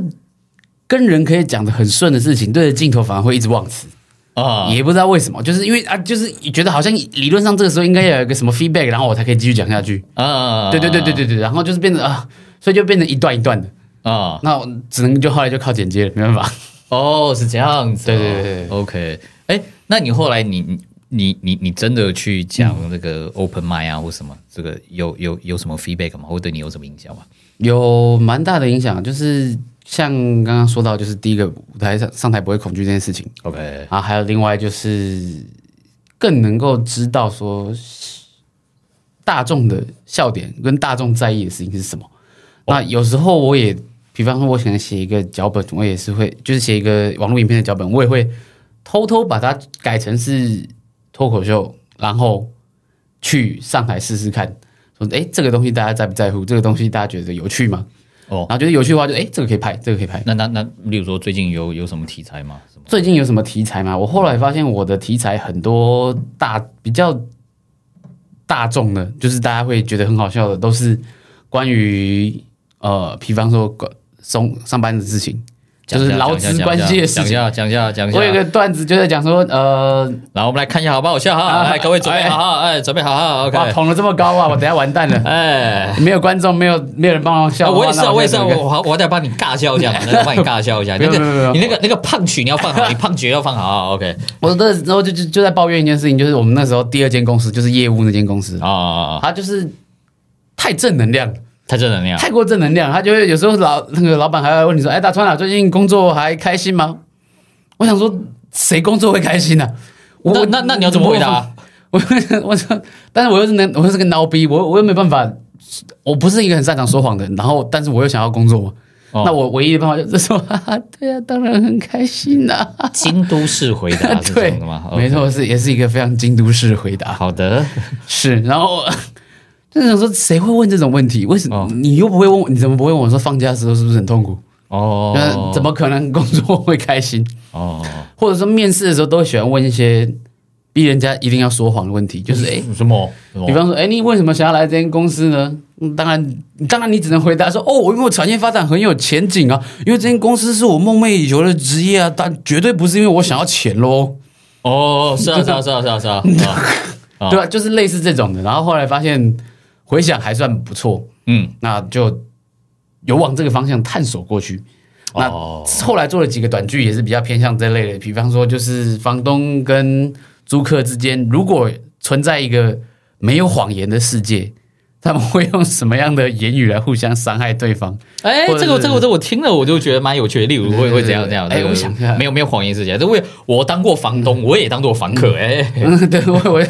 [SPEAKER 2] 跟人可以讲的很顺的事情，对着镜头反而会一直忘词，
[SPEAKER 1] 啊
[SPEAKER 2] 也不知道为什么，就是因为啊，就是觉得好像理论上这个时候应该要有一个什么 feedback，然后我才可以继续讲下去。
[SPEAKER 1] 啊，
[SPEAKER 2] 对对对对对对，然后就是变得啊，所以就变成一段一段的，
[SPEAKER 1] 啊，
[SPEAKER 2] 那我只能就后来就靠剪接了，没办法。
[SPEAKER 1] 哦是这样子哦，
[SPEAKER 2] 对对对对
[SPEAKER 1] OK，哎，那你后来你你你你你真的去讲那个 open m i 啊或什么，这个有有有什么 feedback 吗？或对你有什么影响吗？
[SPEAKER 2] 有蛮大的影响，就是像刚刚说到，就是第一个舞台上上台不会恐惧这件事情
[SPEAKER 1] OK，
[SPEAKER 2] 啊，还有另外就是更能够知道说大众的笑点跟大众在意的事情是什么。那有时候我也，比方说，我想写一个脚本，我也是会，就是写一个网络影片的脚本，我也会偷偷把它改成是脱口秀，然后去上台试试看，说，哎，这个东西大家在不在乎？这个东西大家觉得有趣吗？
[SPEAKER 1] 哦
[SPEAKER 2] 然后觉得有趣的话就，哎，这个可以拍，这个可以拍。
[SPEAKER 1] 那那那，例如说最近有有什么题材吗？什么？
[SPEAKER 2] 最近有什么题材吗？我后来发现我的题材很多大比较大众的，就是大家会觉得很好笑的，都是关于呃，比方说上上班的事情，就是
[SPEAKER 1] 讲一下
[SPEAKER 2] 劳资关系的事
[SPEAKER 1] 讲一
[SPEAKER 2] 情。
[SPEAKER 1] 下讲一下讲一下。
[SPEAKER 2] 我有
[SPEAKER 1] 讲
[SPEAKER 2] 一
[SPEAKER 1] 一下
[SPEAKER 2] 个段子就在讲说，呃，
[SPEAKER 1] 来，我们来看一下好不好笑哈？
[SPEAKER 2] 啊
[SPEAKER 1] 哎，各位准备
[SPEAKER 2] 哎
[SPEAKER 1] 好哈？哎，准备好哈
[SPEAKER 2] 哇，
[SPEAKER 1] ？OK。
[SPEAKER 2] 捧了这么高啊，我等下完蛋 了，
[SPEAKER 1] 哎，
[SPEAKER 2] 没有观众，没有没有人帮我
[SPEAKER 1] 啊
[SPEAKER 2] 笑。
[SPEAKER 1] 我也是
[SPEAKER 2] 那
[SPEAKER 1] 啊，我也
[SPEAKER 2] 再
[SPEAKER 1] 是啊，
[SPEAKER 2] 整个
[SPEAKER 1] 我我我得帮你尬笑一 下，那帮你尬笑一下。那
[SPEAKER 2] 没有没有没
[SPEAKER 1] 个
[SPEAKER 2] 有
[SPEAKER 1] 你那个那个胖曲你要放好，你胖曲要放好啊。OK。
[SPEAKER 2] 我那时候就就就在抱怨一件事情，就是我们那时候第二间公司就是业务那间公司，
[SPEAKER 1] 啊 啊啊！
[SPEAKER 2] 它就是太正能量了。
[SPEAKER 1] 他正能量。
[SPEAKER 2] 太过正能量，他就会有时候老那个老板还会问你说：“哎，大川啊，最近工作还开心吗？”我想说，谁工作会开心呢、啊？我
[SPEAKER 1] 那
[SPEAKER 2] 我
[SPEAKER 1] 那那你要怎么回答？
[SPEAKER 2] 我 我我说，但是我又是能，我又是个孬逼，我我又没办法，我不是一个很擅长说谎的人。然后，但是我又想要工作，
[SPEAKER 1] 哦
[SPEAKER 2] 那我唯一的办法就是说：“ 哈哈，对啊，当然很开 心呐、啊。
[SPEAKER 1] 京都式回答是这
[SPEAKER 2] 对
[SPEAKER 1] 样的吗？”哦
[SPEAKER 2] 没。错，是也是一个非常京都式的回答。
[SPEAKER 1] 好的，
[SPEAKER 2] 是，然后 就是想说，谁会问这种问题？为什么、
[SPEAKER 1] 哦
[SPEAKER 2] 你又不会问我？你怎么不会问我说放假的时候是不是很痛苦？
[SPEAKER 1] 哦
[SPEAKER 2] 那，怎么可能工作会开心？
[SPEAKER 1] 哦？
[SPEAKER 2] 或者说面试的时候都会喜欢问一些逼人家一定要说谎的问题，就是诶，
[SPEAKER 1] 什么？什么
[SPEAKER 2] 比方说，诶，你为什么想要来这间公司呢？嗯当然，当然你只能回答说，哦，因为我产业发展很有前景啊，因为这间公司是我梦寐以求的职业啊，但绝对不是因为我想要钱喽，
[SPEAKER 1] 哦，是啊，是啊，是啊，是啊， 是啊。哦
[SPEAKER 2] 对吧、啊就是类似这种的。然后后来发现回想还算不错，
[SPEAKER 1] 嗯，
[SPEAKER 2] 那就有往这个方向探索过去。那
[SPEAKER 1] 哦
[SPEAKER 2] 后来做了几个短剧，也是比较偏向这类的，比方说就是房东跟租客之间，如果存在一个没有谎言的世界，他们会用什么样的言语来互相伤害 对方？
[SPEAKER 1] 哎，
[SPEAKER 2] 或者
[SPEAKER 1] 这个
[SPEAKER 2] 是
[SPEAKER 1] 这个这个我听了我就觉得蛮有趣的。例如
[SPEAKER 2] 对
[SPEAKER 1] 会
[SPEAKER 2] 对
[SPEAKER 1] 会
[SPEAKER 2] 对
[SPEAKER 1] 怎样怎样？
[SPEAKER 2] 哎
[SPEAKER 1] 这个
[SPEAKER 2] 我想一下
[SPEAKER 1] 没有没有谎言事情，这我也我当过房东，我也当过房客。哎，
[SPEAKER 2] 嗯，对我我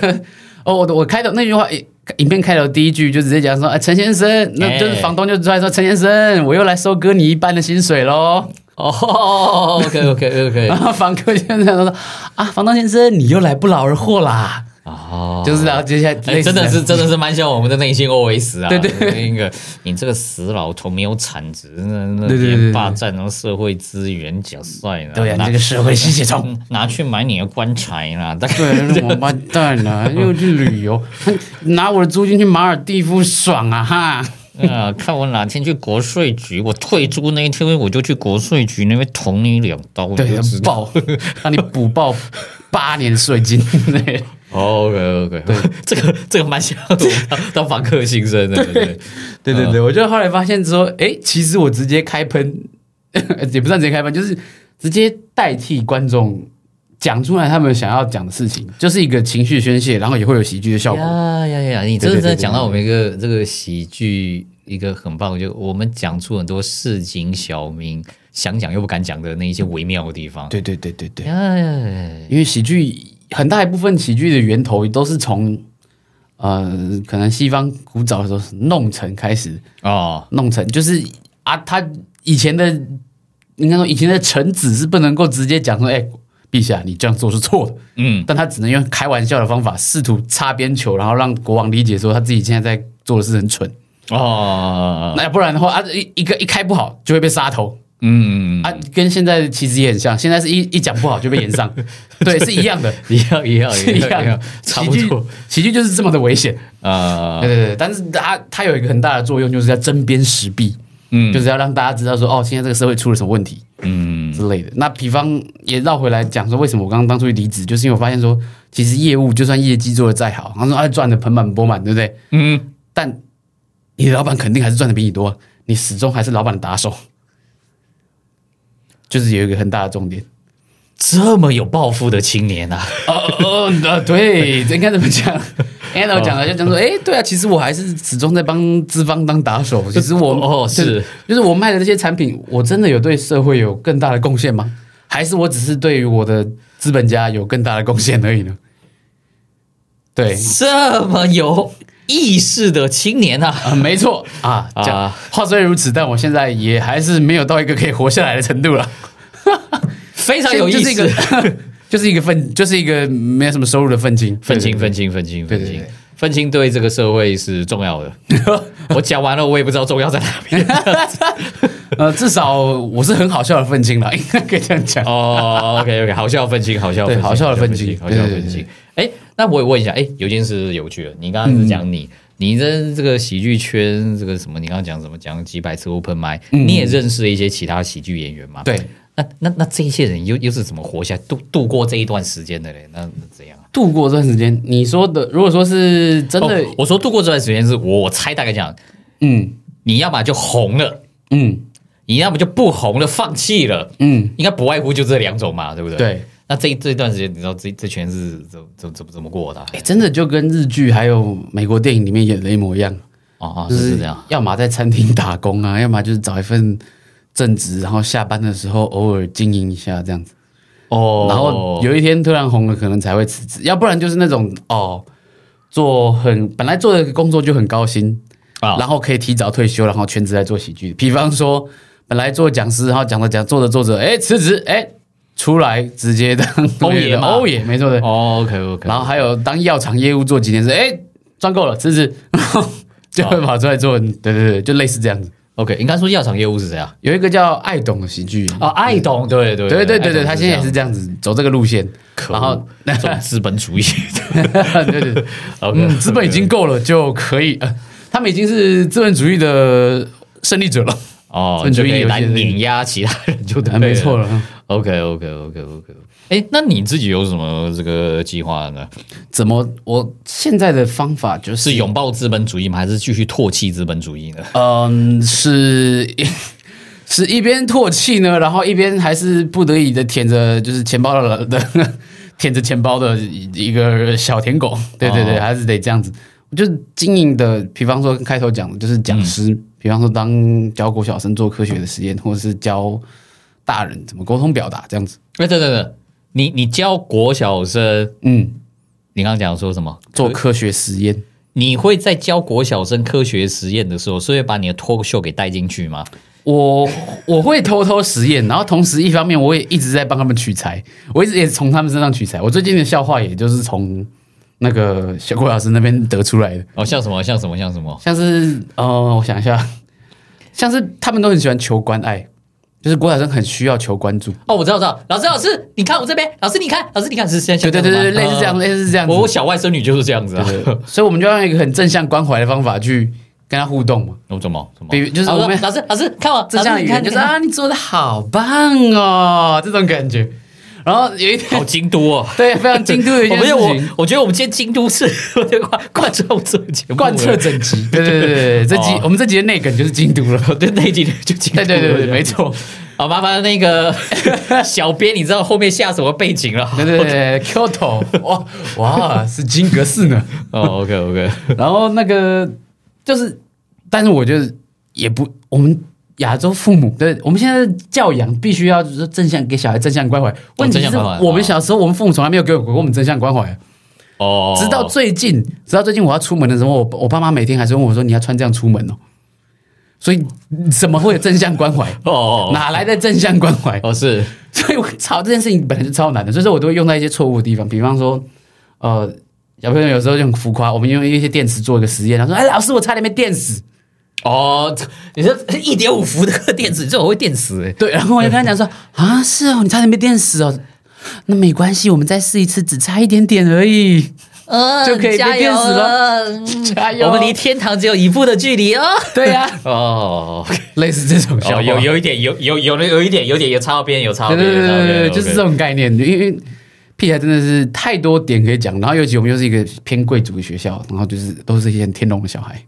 [SPEAKER 2] 哦，我我开头那句话，影影片开头第一句就直接讲说，哎，陈先生，那就是
[SPEAKER 1] 哎
[SPEAKER 2] 房东就出来说，陈先生，我又来收割你一半的薪水喽。
[SPEAKER 1] 哦，OK OK OK，
[SPEAKER 2] 然后房客就这样说，啊，房东先生，你又来不劳而获啦。
[SPEAKER 1] 哦，
[SPEAKER 2] 就是然后接下来
[SPEAKER 1] 哎，
[SPEAKER 2] 类似
[SPEAKER 1] 真
[SPEAKER 2] 这
[SPEAKER 1] 的
[SPEAKER 2] 样
[SPEAKER 1] 是真的是蛮像我们的内心 OS 啊，
[SPEAKER 2] 对对
[SPEAKER 1] 对，那个你这个死老头没有产值，那那
[SPEAKER 2] 对对对对
[SPEAKER 1] 边
[SPEAKER 2] 对
[SPEAKER 1] 霸占了社会资源，假帅呢，
[SPEAKER 2] 对啊，
[SPEAKER 1] 拿
[SPEAKER 2] 这个社会吸血 虫。
[SPEAKER 1] 拿去买你的棺材啦，大概
[SPEAKER 2] 对，让我完蛋了，又去旅游， 拿我的租金去马尔蒂夫爽啊哈！
[SPEAKER 1] 啊，看我哪天去国税局，我退租那一天我就去国税局那边捅你两刀，你
[SPEAKER 2] 对
[SPEAKER 1] 就知，道。
[SPEAKER 2] 报让你补报八年税金， 对，
[SPEAKER 1] 哦，OK，OK、o k OK，这个这个蛮像我当当房客新生的，对对
[SPEAKER 2] 对对对，我就后来发现说，哎，其实我直接开喷， 也不算直接开喷，就是直接代替观众讲出来他们想要讲的事情，就是一个情绪宣泄，然后也会有喜剧的效果。
[SPEAKER 1] 呀呀呀！你真的
[SPEAKER 2] 对对对
[SPEAKER 1] 在
[SPEAKER 2] 对
[SPEAKER 1] 讲到我们一个这个喜剧一个很棒，就我们讲出很多市井小民想讲又不敢讲的那一些微妙的地方。哎
[SPEAKER 2] 对对对对对，
[SPEAKER 1] 呀呀呀
[SPEAKER 2] 因为喜剧很大一部分喜剧的源头都是从呃，可能西方古早的时候是弄成开始，
[SPEAKER 1] 哦，
[SPEAKER 2] 弄成就是啊，他以前的应该说以前的臣子是不能够直接讲说，哎、比陛下，你这样做是错的。
[SPEAKER 1] 嗯，
[SPEAKER 2] 但他只能用开玩笑的方法，试图擦边球，然后让国王理解说他自己现在在做的事很蠢。
[SPEAKER 1] 哦，
[SPEAKER 2] 那要不然的话啊，一一个一开不好就会被杀头
[SPEAKER 1] 嗯，
[SPEAKER 2] 啊，跟现在其实也很像，现在是一一讲不好就被 延上，对，是一样的，
[SPEAKER 1] 一样一样
[SPEAKER 2] 是
[SPEAKER 1] 一
[SPEAKER 2] 一
[SPEAKER 1] 样一
[SPEAKER 2] 样
[SPEAKER 1] 样
[SPEAKER 2] 的。，
[SPEAKER 1] 差
[SPEAKER 2] 喜
[SPEAKER 1] 不
[SPEAKER 2] 剧
[SPEAKER 1] 多
[SPEAKER 2] 喜剧就是这么的危险，
[SPEAKER 1] 啊
[SPEAKER 2] 对，对对。但是它它有一个很大的作用，就是要针砭时弊，
[SPEAKER 1] 嗯，
[SPEAKER 2] 就是要让大家知道说，哦，现在这个社会出了什么问题
[SPEAKER 1] 嗯
[SPEAKER 2] 之类的。那比方也绕回来讲说，为什么我刚刚当初离职，就是因为我发现说，其实业务就算业绩做的再好，他说啊赚的盆满钵满，对不对？
[SPEAKER 1] 嗯，
[SPEAKER 2] 但你的老板肯定还是赚的比你多，你始终还是老板的打 手，就是有一个很大的重点。
[SPEAKER 1] 这么有抱负的青年啊，
[SPEAKER 2] 哦哦，呃对，这应该怎么 讲？应该怎么讲
[SPEAKER 1] 哦
[SPEAKER 2] 呢？就讲说，哎，对啊，其实我还是始终在帮资方当打手。其实我
[SPEAKER 1] 哦是
[SPEAKER 2] 就是，就是我卖的这些产品，我真的有对社会有更大的贡献吗？还是我只是对于我的资本家有更大的贡献而已呢？对，
[SPEAKER 1] 这么有意识的青年啊，
[SPEAKER 2] 啊，没错啊，
[SPEAKER 1] 啊
[SPEAKER 2] 讲话虽如此，但我现在也还是没有到一个可以活下来的程度了。
[SPEAKER 1] 非常有意
[SPEAKER 2] 就是一
[SPEAKER 1] 思。
[SPEAKER 2] 个， 就是一个愤，就是一个没有什么收入的愤青，
[SPEAKER 1] 愤青，
[SPEAKER 2] 对
[SPEAKER 1] 愤青，愤青，
[SPEAKER 2] 对
[SPEAKER 1] 愤
[SPEAKER 2] 对
[SPEAKER 1] 青
[SPEAKER 2] 对，
[SPEAKER 1] 愤青对这个社会是重 要的。我讲完了，我也不知道重要在哪边。
[SPEAKER 2] 呃，至少我是很好笑的愤青了，应该可以这样讲。
[SPEAKER 1] 哦，OK，OK，好笑愤青，好笑
[SPEAKER 2] 对
[SPEAKER 1] 愤青，
[SPEAKER 2] 好笑的愤青
[SPEAKER 1] 好笑的
[SPEAKER 2] 对对
[SPEAKER 1] 愤
[SPEAKER 2] 对
[SPEAKER 1] 青。哎，那我也问一下，哎，有件事有趣的，你刚刚是
[SPEAKER 2] 嗯
[SPEAKER 1] 讲你，你在这个喜剧圈，这个什么，你刚刚讲什么，讲几百次 open m i 你也认识一些其他喜剧演员嘛？
[SPEAKER 2] 嗯对，
[SPEAKER 1] 那那那这一些人又又是怎么活下度度过这一段时间的嘞？那那怎样啊？
[SPEAKER 2] 度过这段时间，你说的，如果说是真的，
[SPEAKER 1] 哦我说度过这段时间是我我猜大概讲，
[SPEAKER 2] 嗯
[SPEAKER 1] 你要么就红了，
[SPEAKER 2] 嗯
[SPEAKER 1] 你要么就不红了，放弃了，
[SPEAKER 2] 嗯，
[SPEAKER 1] 应该不外乎就这两种嘛，对不对？。
[SPEAKER 2] 对，
[SPEAKER 1] 那这这段时间，你知道这这圈是怎怎怎么怎么过的啊？
[SPEAKER 2] 哎，真的就跟日剧还有美国电影里面演的一模一样，
[SPEAKER 1] 哦哦，
[SPEAKER 2] 就是
[SPEAKER 1] 这样。
[SPEAKER 2] 要么在餐厅打工啊，要么就是找一份正职，然后下班的时候偶尔经营一下这样子。
[SPEAKER 1] 哦
[SPEAKER 2] 然后有一天突然红了，可能才会辞职，要不然就是那种哦，做很本来做的工作就很高薪，
[SPEAKER 1] 啊
[SPEAKER 2] 然后可以提早退休，然后全职来做喜剧。比方说，本来做讲师，然后讲着讲做着做着，哎，辞职，哎，出来直接当
[SPEAKER 1] 欧爷嘛
[SPEAKER 2] 欧爷没错的。
[SPEAKER 1] 哦，OK OK，
[SPEAKER 2] 然后还有当药厂业务做几年是，哎，赚够了，辞职， 然后就会跑出来做，对嗯对对，就类似这样子。
[SPEAKER 1] OK，应该说药厂业务是谁啊？
[SPEAKER 2] 有一个叫爱懂的喜剧人
[SPEAKER 1] 哦，爱董，对对
[SPEAKER 2] 对对对对，
[SPEAKER 1] 爱董
[SPEAKER 2] 他现在也是
[SPEAKER 1] 这样
[SPEAKER 2] 这样子走这个路线，
[SPEAKER 1] 可
[SPEAKER 2] 然后
[SPEAKER 1] 恶，那种资本主义。
[SPEAKER 2] 对对对，
[SPEAKER 1] OK，
[SPEAKER 2] 嗯，资本已经够了就可以，呃，他们已经是资本主义的胜利者了，
[SPEAKER 1] 哦，
[SPEAKER 2] 资本
[SPEAKER 1] 就
[SPEAKER 2] 主
[SPEAKER 1] 可
[SPEAKER 2] 义
[SPEAKER 1] 以
[SPEAKER 2] 有
[SPEAKER 1] 来
[SPEAKER 2] 些人
[SPEAKER 1] 碾压其他人，就对了
[SPEAKER 2] 没错。了。
[SPEAKER 1] OK OK OK OK，哎，那你自己有什么这个计划呢？
[SPEAKER 2] 怎么？我现在的方法就是
[SPEAKER 1] 是拥抱资本主义吗？还是继续唾弃资本主义呢？
[SPEAKER 2] 嗯，是 是一边唾弃呢，然后一边还是不得已的舔着就是钱包的 的舔着钱包的一个小舔狗。对对对，
[SPEAKER 1] 哦
[SPEAKER 2] 还是得这样子。我就是经营的，比方说开头讲的就是讲师，比方说当教国小生做科学的实验，或者是教大人怎么沟通表达这样子。
[SPEAKER 1] 哎，等等等，你你教国小生，
[SPEAKER 2] 嗯，
[SPEAKER 1] 你刚刚讲说什么？
[SPEAKER 2] 做科学实验。
[SPEAKER 1] 你会在教国小生科学实验的时候，是会把你的脱口秀给带进去吗？
[SPEAKER 2] 我我会偷偷实验，然后同时一方面我也一直在帮他们取材，我一直也从他们身上取材。我最近的笑话也就是从那个小郭老师那边得出来的，
[SPEAKER 1] 哦，像什么像什么像什么？
[SPEAKER 2] 像是呃，我想一下，像是他们都很喜欢求关爱，就是郭晓生很需要求关注，
[SPEAKER 1] 哦，我知道，我知道，老师，老师，你看我这边，老师，你看，老师，你看，是现在
[SPEAKER 2] 对
[SPEAKER 1] 像
[SPEAKER 2] 对
[SPEAKER 1] 这
[SPEAKER 2] 对
[SPEAKER 1] 样吗
[SPEAKER 2] 对，类似这样，
[SPEAKER 1] 嗯
[SPEAKER 2] 类似这样子
[SPEAKER 1] 我我小外甥女就是这样子啊。
[SPEAKER 2] 对所以我们就要用一个很正向关怀的方法去跟他互动嘛，
[SPEAKER 1] 哦我怎么怎么？
[SPEAKER 2] 比就是
[SPEAKER 1] 啊
[SPEAKER 2] 我们
[SPEAKER 1] 老师，老师，看我，
[SPEAKER 2] 正
[SPEAKER 1] 老
[SPEAKER 2] 向
[SPEAKER 1] 师
[SPEAKER 2] 语
[SPEAKER 1] 你
[SPEAKER 2] 言
[SPEAKER 1] 看，
[SPEAKER 2] 就是
[SPEAKER 1] 你看
[SPEAKER 2] 啊，你做的好棒哦，这种感觉。然后有一天
[SPEAKER 1] 好，京都哦。
[SPEAKER 2] 对，非常京都的一
[SPEAKER 1] 我
[SPEAKER 2] 件
[SPEAKER 1] 没
[SPEAKER 2] 事
[SPEAKER 1] 有我
[SPEAKER 2] 情。，
[SPEAKER 1] 我觉得 我们今天京都是贯贯彻这个节目了，
[SPEAKER 2] 贯彻整集， 对对对对，这集
[SPEAKER 1] 哦
[SPEAKER 2] 我们这集的内梗就是京都了，
[SPEAKER 1] 对那一集就京都
[SPEAKER 2] 对
[SPEAKER 1] 了。
[SPEAKER 2] 对对对，没错，
[SPEAKER 1] 好，麻烦那个 小编，你知道后面下什么背景了？
[SPEAKER 2] 对对对，Kyoto，哇哇是金阁寺呢，
[SPEAKER 1] 哦，OK OK，
[SPEAKER 2] 然后那个就是，但是我觉得也不，我们亚洲父母的，我们现在的教养必须要就是正向给小孩正向关怀，问题
[SPEAKER 1] 哦正
[SPEAKER 2] 是
[SPEAKER 1] 向关怀
[SPEAKER 2] 我们小时候我们父母从来没有给我过我们正向关怀，啊
[SPEAKER 1] 哦，
[SPEAKER 2] 直到最近，直到最近我要出门的时候，我我爸妈每天还是问我说：“你要穿这样出门哦。”所以怎么会有正向关怀？
[SPEAKER 1] 哦
[SPEAKER 2] 哪来的正向关怀？
[SPEAKER 1] 哦是
[SPEAKER 2] 所以我操，这件事情本来就超难的，所以说我都会用在一些错误的地方，比方说，呃，小朋友有时候就很浮夸，我们用一些电池做一个实验，他说：“哎，老师，我差点被电死。
[SPEAKER 1] 哦，
[SPEAKER 3] 你说一点五伏的电池，这我会电死、欸。”
[SPEAKER 2] 对，然后我就跟他 讲说：“啊，是哦，你差点被电死哦，那没关系，我们再试一次，只差一点点而已，
[SPEAKER 3] 嗯
[SPEAKER 2] 就可以被电死了。呃加油！”嗯
[SPEAKER 3] 我们离天堂只有一步的距离哦。
[SPEAKER 2] 对啊呀、
[SPEAKER 1] 哦，
[SPEAKER 2] 类似这种小
[SPEAKER 1] 哦，有有一点，有有有有一点，有点有插到边，有插到
[SPEAKER 2] 对
[SPEAKER 1] 边，有
[SPEAKER 2] 对对
[SPEAKER 1] 插到
[SPEAKER 2] 对
[SPEAKER 1] 边
[SPEAKER 2] 对，就是这。种概念。因为屁孩真的是太多点可以讲，然后尤其我们又是一个偏贵族的学校，然后就是都是一些天龙的小孩，像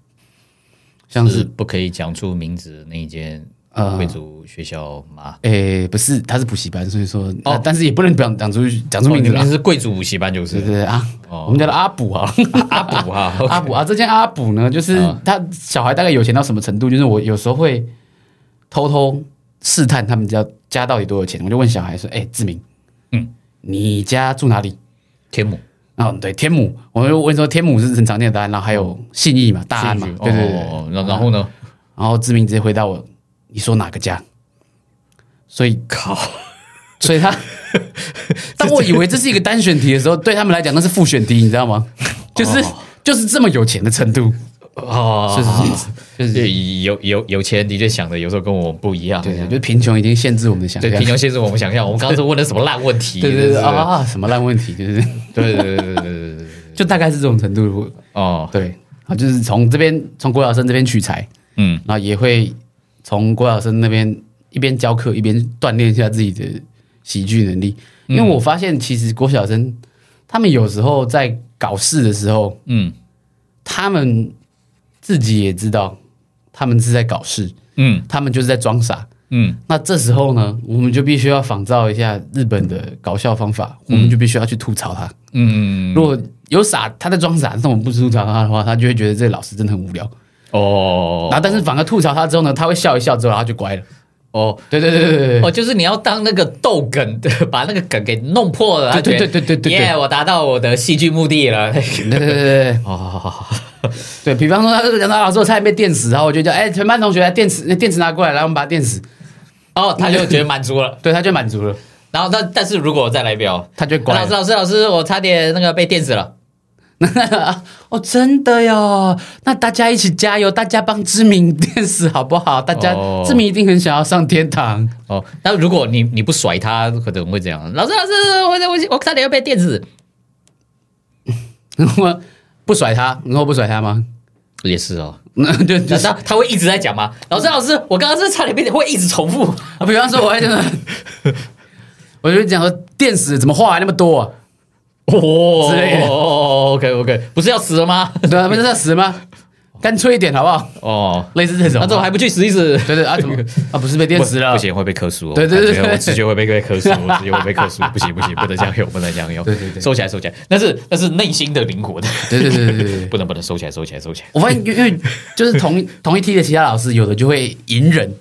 [SPEAKER 1] OK 是
[SPEAKER 2] 是
[SPEAKER 1] 不可以讲出名字那一间
[SPEAKER 2] 呃
[SPEAKER 1] 贵族学校吗？
[SPEAKER 2] 诶、不是，他是补习班，所以说哦，但是也不能讲讲出讲出
[SPEAKER 1] 哦
[SPEAKER 2] 名
[SPEAKER 1] 你
[SPEAKER 2] 字啦。
[SPEAKER 1] 们是贵族补习班，就
[SPEAKER 2] 对
[SPEAKER 1] 是
[SPEAKER 2] 对对啊，
[SPEAKER 1] 哦
[SPEAKER 2] 我们叫他阿补啊，
[SPEAKER 1] 阿补哈，
[SPEAKER 2] 阿补啊，这间阿补呢，就是
[SPEAKER 1] 啊
[SPEAKER 2] 他小孩大概有钱到什么程度？就是我有时候会偷偷试探他们家家到底多有钱，我就问小孩说：“哎、志明，
[SPEAKER 1] 嗯，
[SPEAKER 2] 你家住哪里？”
[SPEAKER 3] 天母
[SPEAKER 2] 哦，对，天母，我就问说天母是很常见的答案，然后还有信义嘛，大安嘛
[SPEAKER 1] 兴，趣
[SPEAKER 2] 对对对对。
[SPEAKER 1] 哦，然然后呢？
[SPEAKER 2] 然后志明直接回答我，你说哪个家？所以
[SPEAKER 1] 靠，
[SPEAKER 2] 所 以他，当我以为这是一个单选题的时候，对他们来讲那是复选题，你知道吗？就是、就是这么有钱的程度，
[SPEAKER 1] 哦，
[SPEAKER 2] 是是是，就是
[SPEAKER 1] 对，有有有钱的确想的有时候跟我们不一样。
[SPEAKER 2] 对对，就是贫穷已经限制我们的想
[SPEAKER 1] 对，
[SPEAKER 2] 象，
[SPEAKER 1] 贫穷限制我们想 象。我们刚刚是问了什么烂问题？
[SPEAKER 2] 对对
[SPEAKER 1] 真
[SPEAKER 2] 对
[SPEAKER 1] 是
[SPEAKER 2] 啊，什么烂问题，就是
[SPEAKER 1] 对对对对对对对对。
[SPEAKER 2] 就大概是这种程度，
[SPEAKER 1] 哦，
[SPEAKER 2] 对，啊，就是从这边从郭晓生这边取材，
[SPEAKER 1] 嗯，
[SPEAKER 2] 然后也会从郭晓生那边一边教课一边锻炼一下自己的喜剧能力，因为我发现其实郭晓生他们有时候在搞事的时候，
[SPEAKER 1] 嗯
[SPEAKER 2] 他们自己也知道他们是在搞事，
[SPEAKER 1] 嗯
[SPEAKER 2] 他们就是在装傻。
[SPEAKER 1] 嗯
[SPEAKER 2] 那这时候呢，我们就必须要仿照一下日本的搞笑方法，我们就必须要去吐槽他。
[SPEAKER 1] 嗯，
[SPEAKER 2] 如果有傻，他在装傻，但我们不吐槽他的话，他就会觉得这个老师真的很无聊。
[SPEAKER 1] 哦
[SPEAKER 2] 然后，但是反而吐槽他之后呢，他会笑一笑之后，然后他就乖了。
[SPEAKER 1] 哦
[SPEAKER 2] 对对对对对对
[SPEAKER 3] 哦，就是你要当那个逗梗 的，把那个梗给弄破了。
[SPEAKER 2] 对对对对对对对
[SPEAKER 3] 耶！我达到我的戏剧目的 了。
[SPEAKER 2] 对对对对对
[SPEAKER 1] 哦，
[SPEAKER 2] 对，比方说他就讲到老师我差点被电死，然后我就叫哎全班同学电池电池拿过来，然后我们把它电死，
[SPEAKER 3] 哦，他就觉得满足了。
[SPEAKER 2] 对他就满足了，
[SPEAKER 3] 然后，但但是如果我再来一 遍，
[SPEAKER 2] 他就乖
[SPEAKER 3] 老师
[SPEAKER 2] 了。
[SPEAKER 3] 老师老师，我差点那个被电死了。
[SPEAKER 2] 哦，真的哟，那大家一起加油，大家帮知名电死好不好？大家、
[SPEAKER 1] 哦
[SPEAKER 2] 知名一定很想要上天堂，
[SPEAKER 3] 哦，那如果你你不甩他，可能会这样。老师老师，我我我差点要被电死。
[SPEAKER 2] 我不甩他，然后不甩他吗？
[SPEAKER 3] 也是哦，
[SPEAKER 2] 那就就
[SPEAKER 3] 那
[SPEAKER 2] 是
[SPEAKER 3] 他他会一直在讲吗？老师老师，我刚刚是差点被会一直重复。
[SPEAKER 2] 啊，比方说我还真的， 我就讲说电死怎么话还那么多、啊？
[SPEAKER 3] 哦
[SPEAKER 2] 之类的
[SPEAKER 3] 哦，OK OK，不是要死了吗？
[SPEAKER 2] 对啊，不是要死吗？干脆一点好不好？
[SPEAKER 1] 哦，
[SPEAKER 2] 类似这种，
[SPEAKER 3] 那怎么还不去死一死？
[SPEAKER 2] 对对啊， 怎么啊？不是被电死了？
[SPEAKER 1] 不行，会被克数哦。
[SPEAKER 2] 对对对
[SPEAKER 3] 哎
[SPEAKER 1] 我感觉
[SPEAKER 2] 对
[SPEAKER 1] 我直觉会被被克 数，我直觉会被克数，不行不行，不能这样用，不能这样用。
[SPEAKER 2] 对对对
[SPEAKER 1] 收起来收起来，那是那是内心的灵魂，
[SPEAKER 2] 对对对对对 对。
[SPEAKER 1] 不能不能收起来收起来收起来。
[SPEAKER 2] 我发现，因为因为就是同同一梯的其他老师，有的就会隐忍，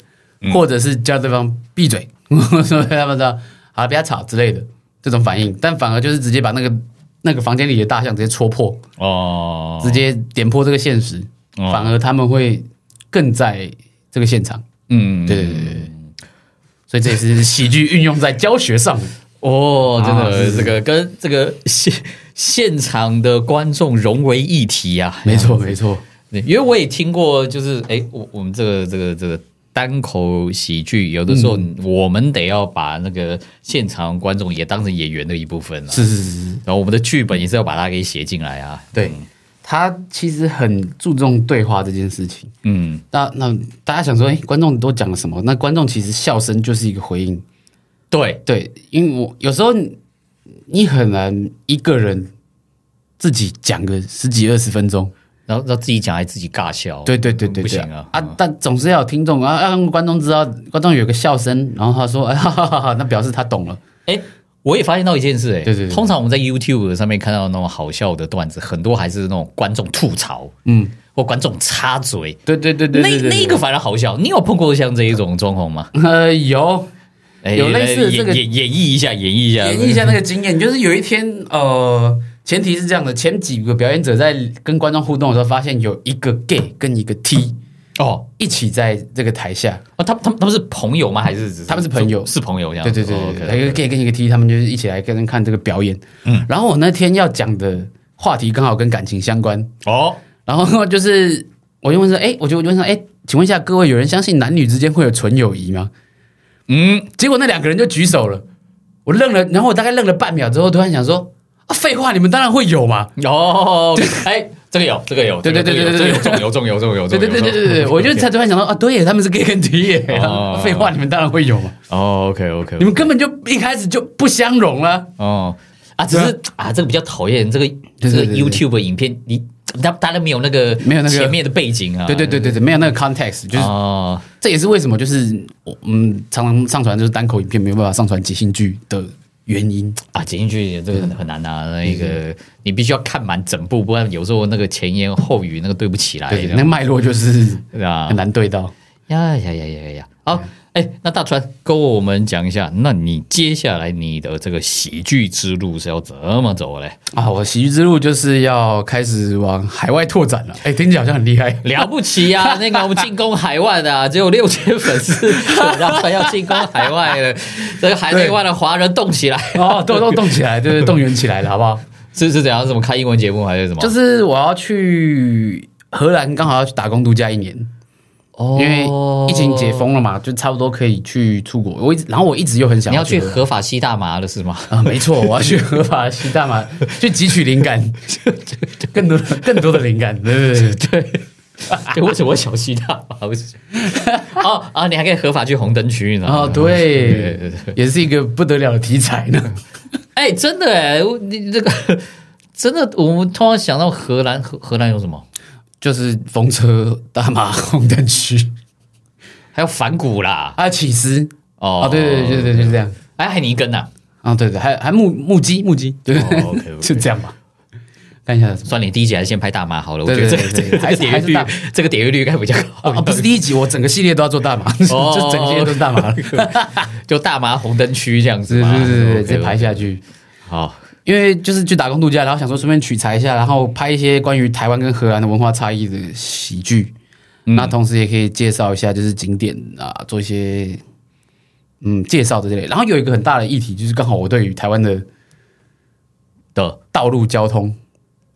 [SPEAKER 1] 嗯
[SPEAKER 2] 或者是叫对方闭嘴， 说他们说好了，不要吵之类的这种反应，但反而就是直接把那个那个房间里的大象直接戳破，
[SPEAKER 1] 哦，
[SPEAKER 2] 直接点破这个现实，
[SPEAKER 1] 哦
[SPEAKER 2] 反而他们会更在这个现场。
[SPEAKER 1] 嗯，
[SPEAKER 2] 对对对对对。所以这也是喜剧运用在教 学
[SPEAKER 1] 哎
[SPEAKER 2] 上，
[SPEAKER 3] 哦，真
[SPEAKER 2] 啊
[SPEAKER 3] 的，
[SPEAKER 2] 是
[SPEAKER 3] 这个跟这个现现场的观众融为一体啊。
[SPEAKER 2] 没错没错，
[SPEAKER 3] 对，因为我也听过，就是哎，我我们这个这个这个单口喜剧，有的时候
[SPEAKER 2] 嗯
[SPEAKER 3] 我们得要把那个现场观众也当成演员的一部分了、
[SPEAKER 2] 是是是是，
[SPEAKER 3] 然后我们的剧本也是要把它给写进来啊。
[SPEAKER 2] 对他其实很注重对话这件事情。
[SPEAKER 1] 嗯，
[SPEAKER 2] 那那大家想说，哎、观众都讲了什么？那观众其实笑声就是一个回应，
[SPEAKER 3] 对，
[SPEAKER 2] 对，因为我有时候你你很难一个人自己讲个十几二十分钟，
[SPEAKER 3] 然后让自己讲还自己尬笑，
[SPEAKER 2] 对对对对对，
[SPEAKER 3] 哦不行啊
[SPEAKER 2] 啊！但总是要有听众啊，要让观众知道，观众有个笑声，然后他说，哎， 哈哈哈哈，那表示他懂了，
[SPEAKER 3] 哎，我也发现到一件事，哎，
[SPEAKER 2] 对对对
[SPEAKER 3] 通常我们在 YouTube 上面看到那种好笑的段子，很多还是那种观众吐槽，
[SPEAKER 2] 嗯，
[SPEAKER 3] 或观众插嘴，
[SPEAKER 2] 对对对对
[SPEAKER 3] 那
[SPEAKER 2] 对对，
[SPEAKER 3] 那一个反而好笑。你有碰过像这一种状况吗？
[SPEAKER 2] 呃有。
[SPEAKER 3] 哎
[SPEAKER 2] 有类似的这个
[SPEAKER 3] 演演演绎一下，演绎一下，
[SPEAKER 2] 演绎一下那个经验，就是有一天，呃，前提是这样的，前几个表演者在跟观众互动的时候，发现有一个 gay 跟一个 T，哦，一起在这个台下，
[SPEAKER 1] 哦，他他们他们是朋友吗？还是只是
[SPEAKER 2] 他们是朋友
[SPEAKER 1] 是朋友这样？
[SPEAKER 2] 对对对
[SPEAKER 1] 哦，OK，
[SPEAKER 2] 对哎对，还有 gay 跟一个 T，他们就是一起来跟人看这个表演。嗯，然后我那天要讲的话题刚好跟感情相关，
[SPEAKER 1] 哦，
[SPEAKER 2] 然后就是我就问说，哎，我就我就问说，哎，请问一下各位，有人相信男女之间会有纯友谊吗？
[SPEAKER 1] 嗯，
[SPEAKER 2] 结果那两个人就举手了，我愣了，然后我大概愣了半秒之后，突然想说，啊，废话，你们当然会有嘛。
[SPEAKER 1] 哦，哎，这个有，这个有，
[SPEAKER 2] 对对
[SPEAKER 1] 这个
[SPEAKER 2] 对对
[SPEAKER 1] 这个
[SPEAKER 2] 对
[SPEAKER 1] 有这个有中有中有中有中
[SPEAKER 2] 对对对对对 对，我就才突然想到啊，对耶，他们是 gay 跟 T 耶，
[SPEAKER 1] 哦
[SPEAKER 2] 废话，你们当然会有 嘛，
[SPEAKER 1] 哦，OK OK，
[SPEAKER 2] 你们根本就一开始就不相容了。
[SPEAKER 1] 哦啊，只是啊，这个比较讨厌这个这
[SPEAKER 2] 对
[SPEAKER 1] 个
[SPEAKER 2] 对对
[SPEAKER 1] YouTube 影片，你他大家没有那个
[SPEAKER 2] 没有那个
[SPEAKER 1] 前面的背景啊，
[SPEAKER 2] 对对对对对，没有那个 context，就是
[SPEAKER 1] 哦，
[SPEAKER 2] 这也是为什么就是我嗯常常上传就是单口影片没有办法上传即兴剧的原因。
[SPEAKER 1] 啊，剪进去这个很很难啊，那个你必须要看满整部，不然有时候那个前言后语那个哎对不起来，
[SPEAKER 2] 对，那脉络就是
[SPEAKER 1] 对啊
[SPEAKER 2] 很，难对到。
[SPEAKER 1] 呀呀呀呀呀呀！
[SPEAKER 2] 嗯
[SPEAKER 1] 好，哎、那大川跟我们讲一下，那你接下来你的这个喜剧之路是要怎么走嘞？
[SPEAKER 2] 啊，我喜剧之路就是要开始往海外拓展了。哎，听起来好像 很厉害。
[SPEAKER 1] 了不起呀、那个我们进攻海外的、啊，只有六千粉丝，大川要进攻海外了，这个海内外的华人动起来，
[SPEAKER 2] 哦，动动动起 来，对对，动员起来了，好不好？
[SPEAKER 1] 是是怎样？是什么开英文节目还是什么？
[SPEAKER 2] 就是我要去荷兰，刚好要去打工度假一年，
[SPEAKER 1] 哦
[SPEAKER 2] 因为疫情解，封了嘛，就差不多可以去出国。我一直，然后我一直又很想
[SPEAKER 1] 你要去
[SPEAKER 2] 荷
[SPEAKER 1] 合法吸大麻了是吗？
[SPEAKER 2] 啊，没错，我要 去合法吸大麻，去汲取灵感， 更多的更多的灵感，对对对。
[SPEAKER 1] 对。哎为什么我想吸大麻？我是想哦啊，你还可以合法去红灯区呢。
[SPEAKER 2] 哦，
[SPEAKER 1] 对对
[SPEAKER 2] 对
[SPEAKER 1] 对，
[SPEAKER 2] 也是一个不得了的题材 呢。
[SPEAKER 1] 哎、真的哎、我你这个真的，我们通常想到荷兰，荷荷兰有什么？
[SPEAKER 2] 就是风车、大麻、 红灯区、
[SPEAKER 1] 还有反骨啦，
[SPEAKER 2] 阿起司，
[SPEAKER 1] 哦
[SPEAKER 2] 哦，对对对对，就是这样。
[SPEAKER 1] 哎，海尼根呐、
[SPEAKER 2] 啊，对对，还还木木鸡木鸡，对
[SPEAKER 1] 哦，OK，OK
[SPEAKER 2] 就这样吧。看一下什么
[SPEAKER 1] 算你第一集还是先拍大麻好了，我
[SPEAKER 2] 对
[SPEAKER 1] 觉得这
[SPEAKER 2] 对对
[SPEAKER 1] 个这
[SPEAKER 2] 对还
[SPEAKER 1] 个
[SPEAKER 2] 是
[SPEAKER 1] 点阅率
[SPEAKER 2] 还，
[SPEAKER 1] 这个点阅率应该比较高，
[SPEAKER 2] 啊，不是第一集，我整个系列都要做大麻， 就整系列都是大麻了，
[SPEAKER 1] 就大麻红灯区这样子
[SPEAKER 2] 是
[SPEAKER 1] 嘛，
[SPEAKER 2] 是是是，
[SPEAKER 1] OK，OK
[SPEAKER 2] 直接排下去。
[SPEAKER 1] 好。
[SPEAKER 2] 因为就是去打工度假，然后想说顺便取材一下，然后拍一些关于台湾跟荷兰的文化差异的喜剧。那同时也可以介绍一下就是景点啊，做一些嗯介绍这类。然后有一个很大的议题就是，刚好我对于台湾的
[SPEAKER 1] 的
[SPEAKER 2] 道路交通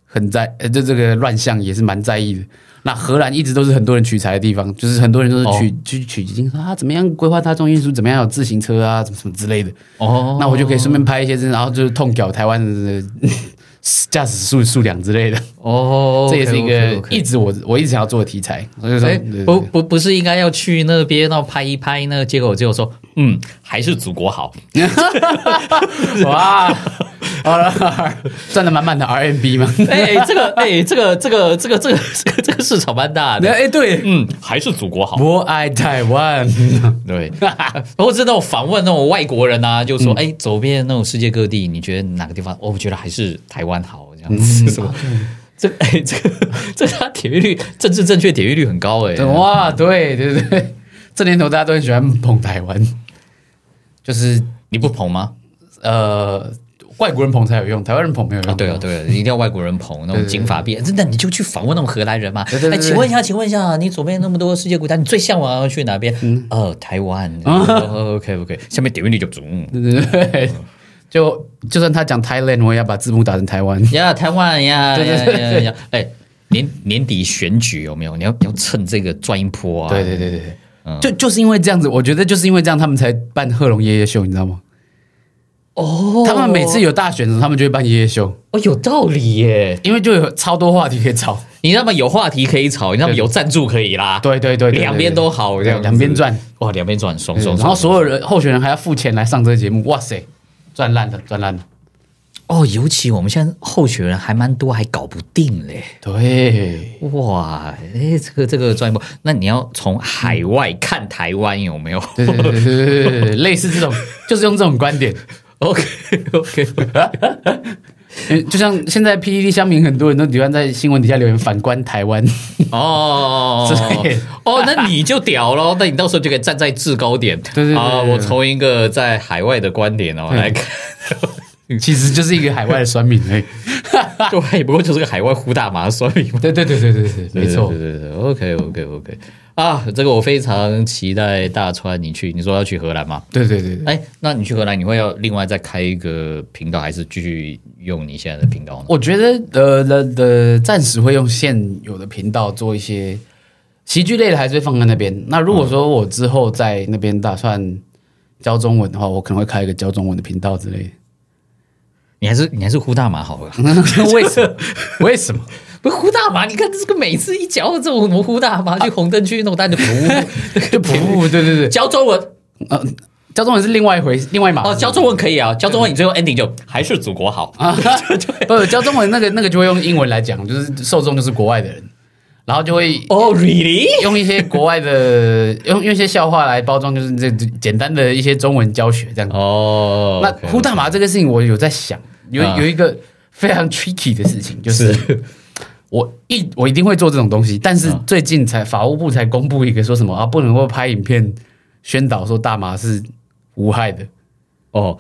[SPEAKER 2] 很在呃，就这个乱象也是蛮在意的。那荷兰一直都是很多人取材的地方，就是很多人都是取、去取经说啊，怎么样规划大众运输，怎么样有自行车啊，怎么什么之类的。
[SPEAKER 1] 哦，
[SPEAKER 2] 那我就可以顺便拍一些这，然后就是痛屌台湾的驾驶数数量之类的，
[SPEAKER 1] 哦，
[SPEAKER 2] 这也是一个
[SPEAKER 1] OK，OK，OK
[SPEAKER 2] 一直我我一直想要做的题材。所以说，
[SPEAKER 1] 哎
[SPEAKER 2] 对对，
[SPEAKER 1] 不
[SPEAKER 2] 对
[SPEAKER 1] 不不是应该要去那边那拍一拍呢？结果结果说，嗯，还是祖国好，
[SPEAKER 2] 哦 哇，好了，赚的满满的 RMB 吗？
[SPEAKER 1] 哎、这个，哎、这个，这个，这个，这个，这个，这个市场蛮大的。
[SPEAKER 2] 哎，对，
[SPEAKER 1] 嗯，还是祖国好。
[SPEAKER 2] 我爱台湾，
[SPEAKER 1] 对，或者是那种访问那种外国人啊，就说，哎、走遍那种世界各地，你觉得哪个地方？哦，我觉得还是台湾好，这样子什么？这个哎、这个这他点阅率，政治正确点阅率很高哎、
[SPEAKER 2] 哇，对对对对，这年头大家都很喜欢捧台湾，就是
[SPEAKER 1] 你不捧吗？
[SPEAKER 2] 呃，外国人捧才有用，台湾人捧没有
[SPEAKER 1] 啊，
[SPEAKER 2] 用。
[SPEAKER 1] 对啊，对啊，一定要外国人捧那种金发碧眼，真的你就去访问那种荷兰人嘛。
[SPEAKER 2] 对对对
[SPEAKER 1] 哎，请问一下，请问一下，你走遍那么多世界国家，你最向往要去哪边？呃，台湾。哦 OK OK，下面点阅率就中。
[SPEAKER 2] 对对对，就就算他讲 Thailand，我也要把字幕打成台湾。
[SPEAKER 1] 呀，台湾呀，
[SPEAKER 2] 对对
[SPEAKER 1] 呀
[SPEAKER 2] 对
[SPEAKER 1] 呀呀！哎，年年底选举有没有？你要你要趁这个赚一波啊！
[SPEAKER 2] 对对对对对，就就是因为这样子，我觉得就是因为这样，他们才办贺龙爷爷秀，你知道吗？
[SPEAKER 1] 哦，
[SPEAKER 2] 他们每次有大选的时候，他们就会办爷爷秀，
[SPEAKER 1] 哦有道理耶，
[SPEAKER 2] 因为就有超多话题可以吵。
[SPEAKER 1] 你那么有话题可以炒，你那么有赞助可以啦，
[SPEAKER 2] 对对对，对
[SPEAKER 1] 两边都好，这
[SPEAKER 2] 对对
[SPEAKER 1] 样子
[SPEAKER 2] 两边赚，
[SPEAKER 1] 哇，两边赚，爽
[SPEAKER 2] 对
[SPEAKER 1] 爽。
[SPEAKER 2] 然后
[SPEAKER 1] 爽
[SPEAKER 2] 所有人候选人还要付钱来上这个节目，哇塞，赚烂了，赚烂了。
[SPEAKER 1] 哦，尤其我们现在候选人还蛮多，还搞不定嘞。
[SPEAKER 2] 对，
[SPEAKER 1] 哇，哎，这个这个专业不，那你要从海外看台湾有没有
[SPEAKER 2] 对对对对对对对，类似这种，就是用这种观点。
[SPEAKER 1] ？OK OK，
[SPEAKER 2] 嗯就像现在 PDD 乡民很多人都喜欢在新闻底下留言反观台湾，
[SPEAKER 1] 哦
[SPEAKER 2] 之类的
[SPEAKER 1] 哦，那你就屌咯，那你到时候就可以站在制高点。
[SPEAKER 2] 对对对
[SPEAKER 1] 啊，
[SPEAKER 2] 对对
[SPEAKER 1] 我从一个在海外的观点哦来看，
[SPEAKER 2] 其实就是一个海外的酸 民而已。
[SPEAKER 1] 对，不过就是个海外呼大麻酸民嘛。
[SPEAKER 2] 对对对对对对，没错
[SPEAKER 1] 对。对对对，OK OK OK，啊，这个我非常期待大川你去，你说要去荷兰吗？
[SPEAKER 2] 对对对对，
[SPEAKER 1] 哎，那你去荷兰你会要另外再开一个频道，还是继续用你现在的频道呢？
[SPEAKER 2] 我觉得呃的的暂时会用现有的频道做一些喜剧类的，还是会放在那边。那如果说我之后在那边打算教中文的话，我可能会开一个教中文的频道之类的。
[SPEAKER 1] 你还是你还是呼大麻好了。
[SPEAKER 2] 为什么？ 为什么？
[SPEAKER 1] 不是呼大麻，你看这个每次一讲到这种什么呼大麻，去红灯区那种，大家就不
[SPEAKER 2] 就不对对对，
[SPEAKER 1] 教中文
[SPEAKER 2] 呃，教中文是另外一回另外一码
[SPEAKER 1] 哦，
[SPEAKER 2] 事
[SPEAKER 1] 教中文可以啊，教中文你最后 ending 就还是祖国好。
[SPEAKER 2] 啊，不教中文那个那个就会用英文来讲，就是受众就是国外的人，然后就会
[SPEAKER 1] 哦、r e a l l y
[SPEAKER 2] 用一些国外的用用一些笑话来包装，就是这这简单的一些中文教学这样。
[SPEAKER 1] 哦
[SPEAKER 2] 那
[SPEAKER 1] OK
[SPEAKER 2] 呼大麻这个事情，我有在想，有
[SPEAKER 1] 啊
[SPEAKER 2] 有一个非常 tricky 的事情，就是我一我一定会做这种东西，但是
[SPEAKER 1] 啊
[SPEAKER 2] 最近才法务部才公布一个说什么啊，不能够拍影片宣导说大麻是无害的，
[SPEAKER 1] 哦，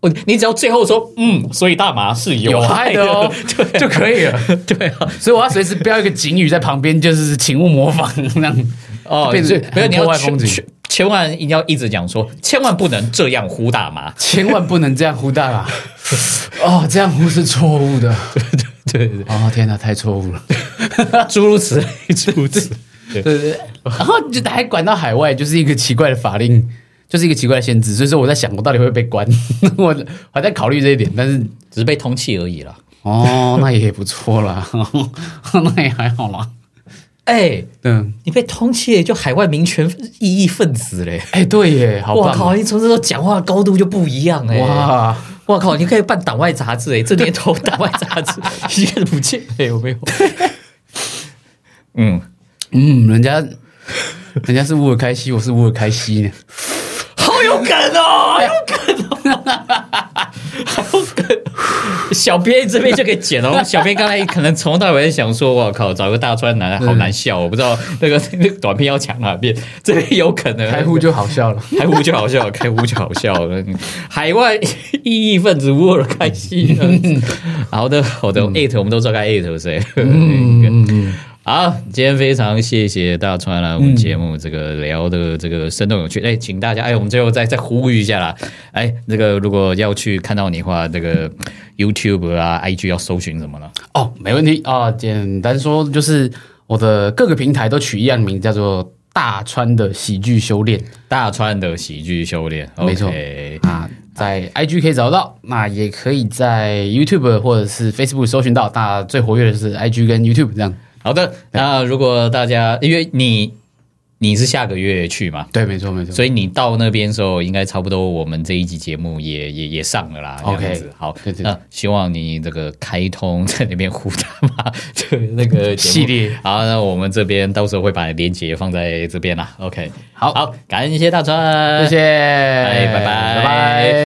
[SPEAKER 1] 哦你只要最后说嗯，所以大麻是
[SPEAKER 2] 有害
[SPEAKER 1] 害，
[SPEAKER 2] 的哦
[SPEAKER 1] 对啊
[SPEAKER 2] 就可以了。
[SPEAKER 1] 对啊，
[SPEAKER 2] 所以我要随时标一个警语在旁边，就是请勿模仿那样。
[SPEAKER 1] 哦，
[SPEAKER 2] 变成
[SPEAKER 1] 没有你
[SPEAKER 2] 破
[SPEAKER 1] 要
[SPEAKER 2] 坏
[SPEAKER 1] 千
[SPEAKER 2] 风景
[SPEAKER 1] 千千万一定要一直讲说，千万不能这样呼大麻。
[SPEAKER 2] 千万不能这样呼大麻。哦，这样呼是错误的。
[SPEAKER 1] 对对
[SPEAKER 2] 哦，天哪，太错误了。
[SPEAKER 1] 对， 诸如此类，诸如此类。
[SPEAKER 2] 对对对，然后就还管到海外，就是一个奇怪的法令，就是一个奇怪的限制。所以说我在想，我到底会不会被关？ 我还在考虑这一点。但是，
[SPEAKER 1] 只是被通气而已啦。
[SPEAKER 2] 哦，那也不错啦， 那也还好啦。
[SPEAKER 1] 哎、
[SPEAKER 2] 嗯，
[SPEAKER 1] 你被通气就海外民权异议分子嘞！
[SPEAKER 2] 哎、对耶，好
[SPEAKER 1] 我
[SPEAKER 2] 棒
[SPEAKER 1] 靠，
[SPEAKER 2] 哦！
[SPEAKER 1] 你从这时候讲话的高度就不一样哎！啊哇，
[SPEAKER 2] 哇，
[SPEAKER 1] 我靠，你可以办党外杂志哎，这年头党外杂志已经不见了，有没有？嗯，
[SPEAKER 2] 嗯，人家人家是乌尔开西，我是乌尔开西呢。
[SPEAKER 1] 好有梗哦，好有梗哦， 好有梗！小编这边就给剪了。小编刚才可能从头到尾在想说，我靠，找个大川男好难笑，我不知道那个那个短片要讲哪边，这边有可能
[SPEAKER 2] 开户就好笑了。
[SPEAKER 1] 开呼就好笑，开呼就好笑了。海外异议分子乌尔开西呢？好的，好
[SPEAKER 2] 嗯
[SPEAKER 1] 的，at 我们都知道该 at 谁。 好，今天非常谢谢大川来我
[SPEAKER 2] 嗯
[SPEAKER 1] 们节目，这个聊的这个生动有趣。哎，请大家，哎，我们最后再再呼吁一下啦。哎，那个如果要去看到你的话，这个 YouTube 啊、IG 要搜寻什么呢？
[SPEAKER 2] 哦，没问题啊、简单说就是我的各个平台都取一样名，叫做大川的喜剧修炼
[SPEAKER 1] 大川的喜剧修炼，
[SPEAKER 2] 没错
[SPEAKER 1] OK
[SPEAKER 2] 啊，在 IG 可以找到，那也可以在 YouTube 或者是 Facebook 搜寻到。那最活跃的是 IG 跟 YouTube 这样。
[SPEAKER 1] 好的，那如果大家因为你你是下个月去嘛，
[SPEAKER 2] 对，没错，没错。
[SPEAKER 1] 所以你到那边的时候，应该差不多我们这一集节目也也也上了啦。这
[SPEAKER 2] OK
[SPEAKER 1] 样子好，
[SPEAKER 2] 对对
[SPEAKER 1] 那希望你这个开通在那边呼大妈这个那个节目
[SPEAKER 2] 系列。
[SPEAKER 1] 好，那我们这边到时候会把链接放在这边啦。OK，
[SPEAKER 2] 好
[SPEAKER 1] 好，感谢大川，
[SPEAKER 2] 谢谢，
[SPEAKER 1] 拜拜
[SPEAKER 2] 拜拜。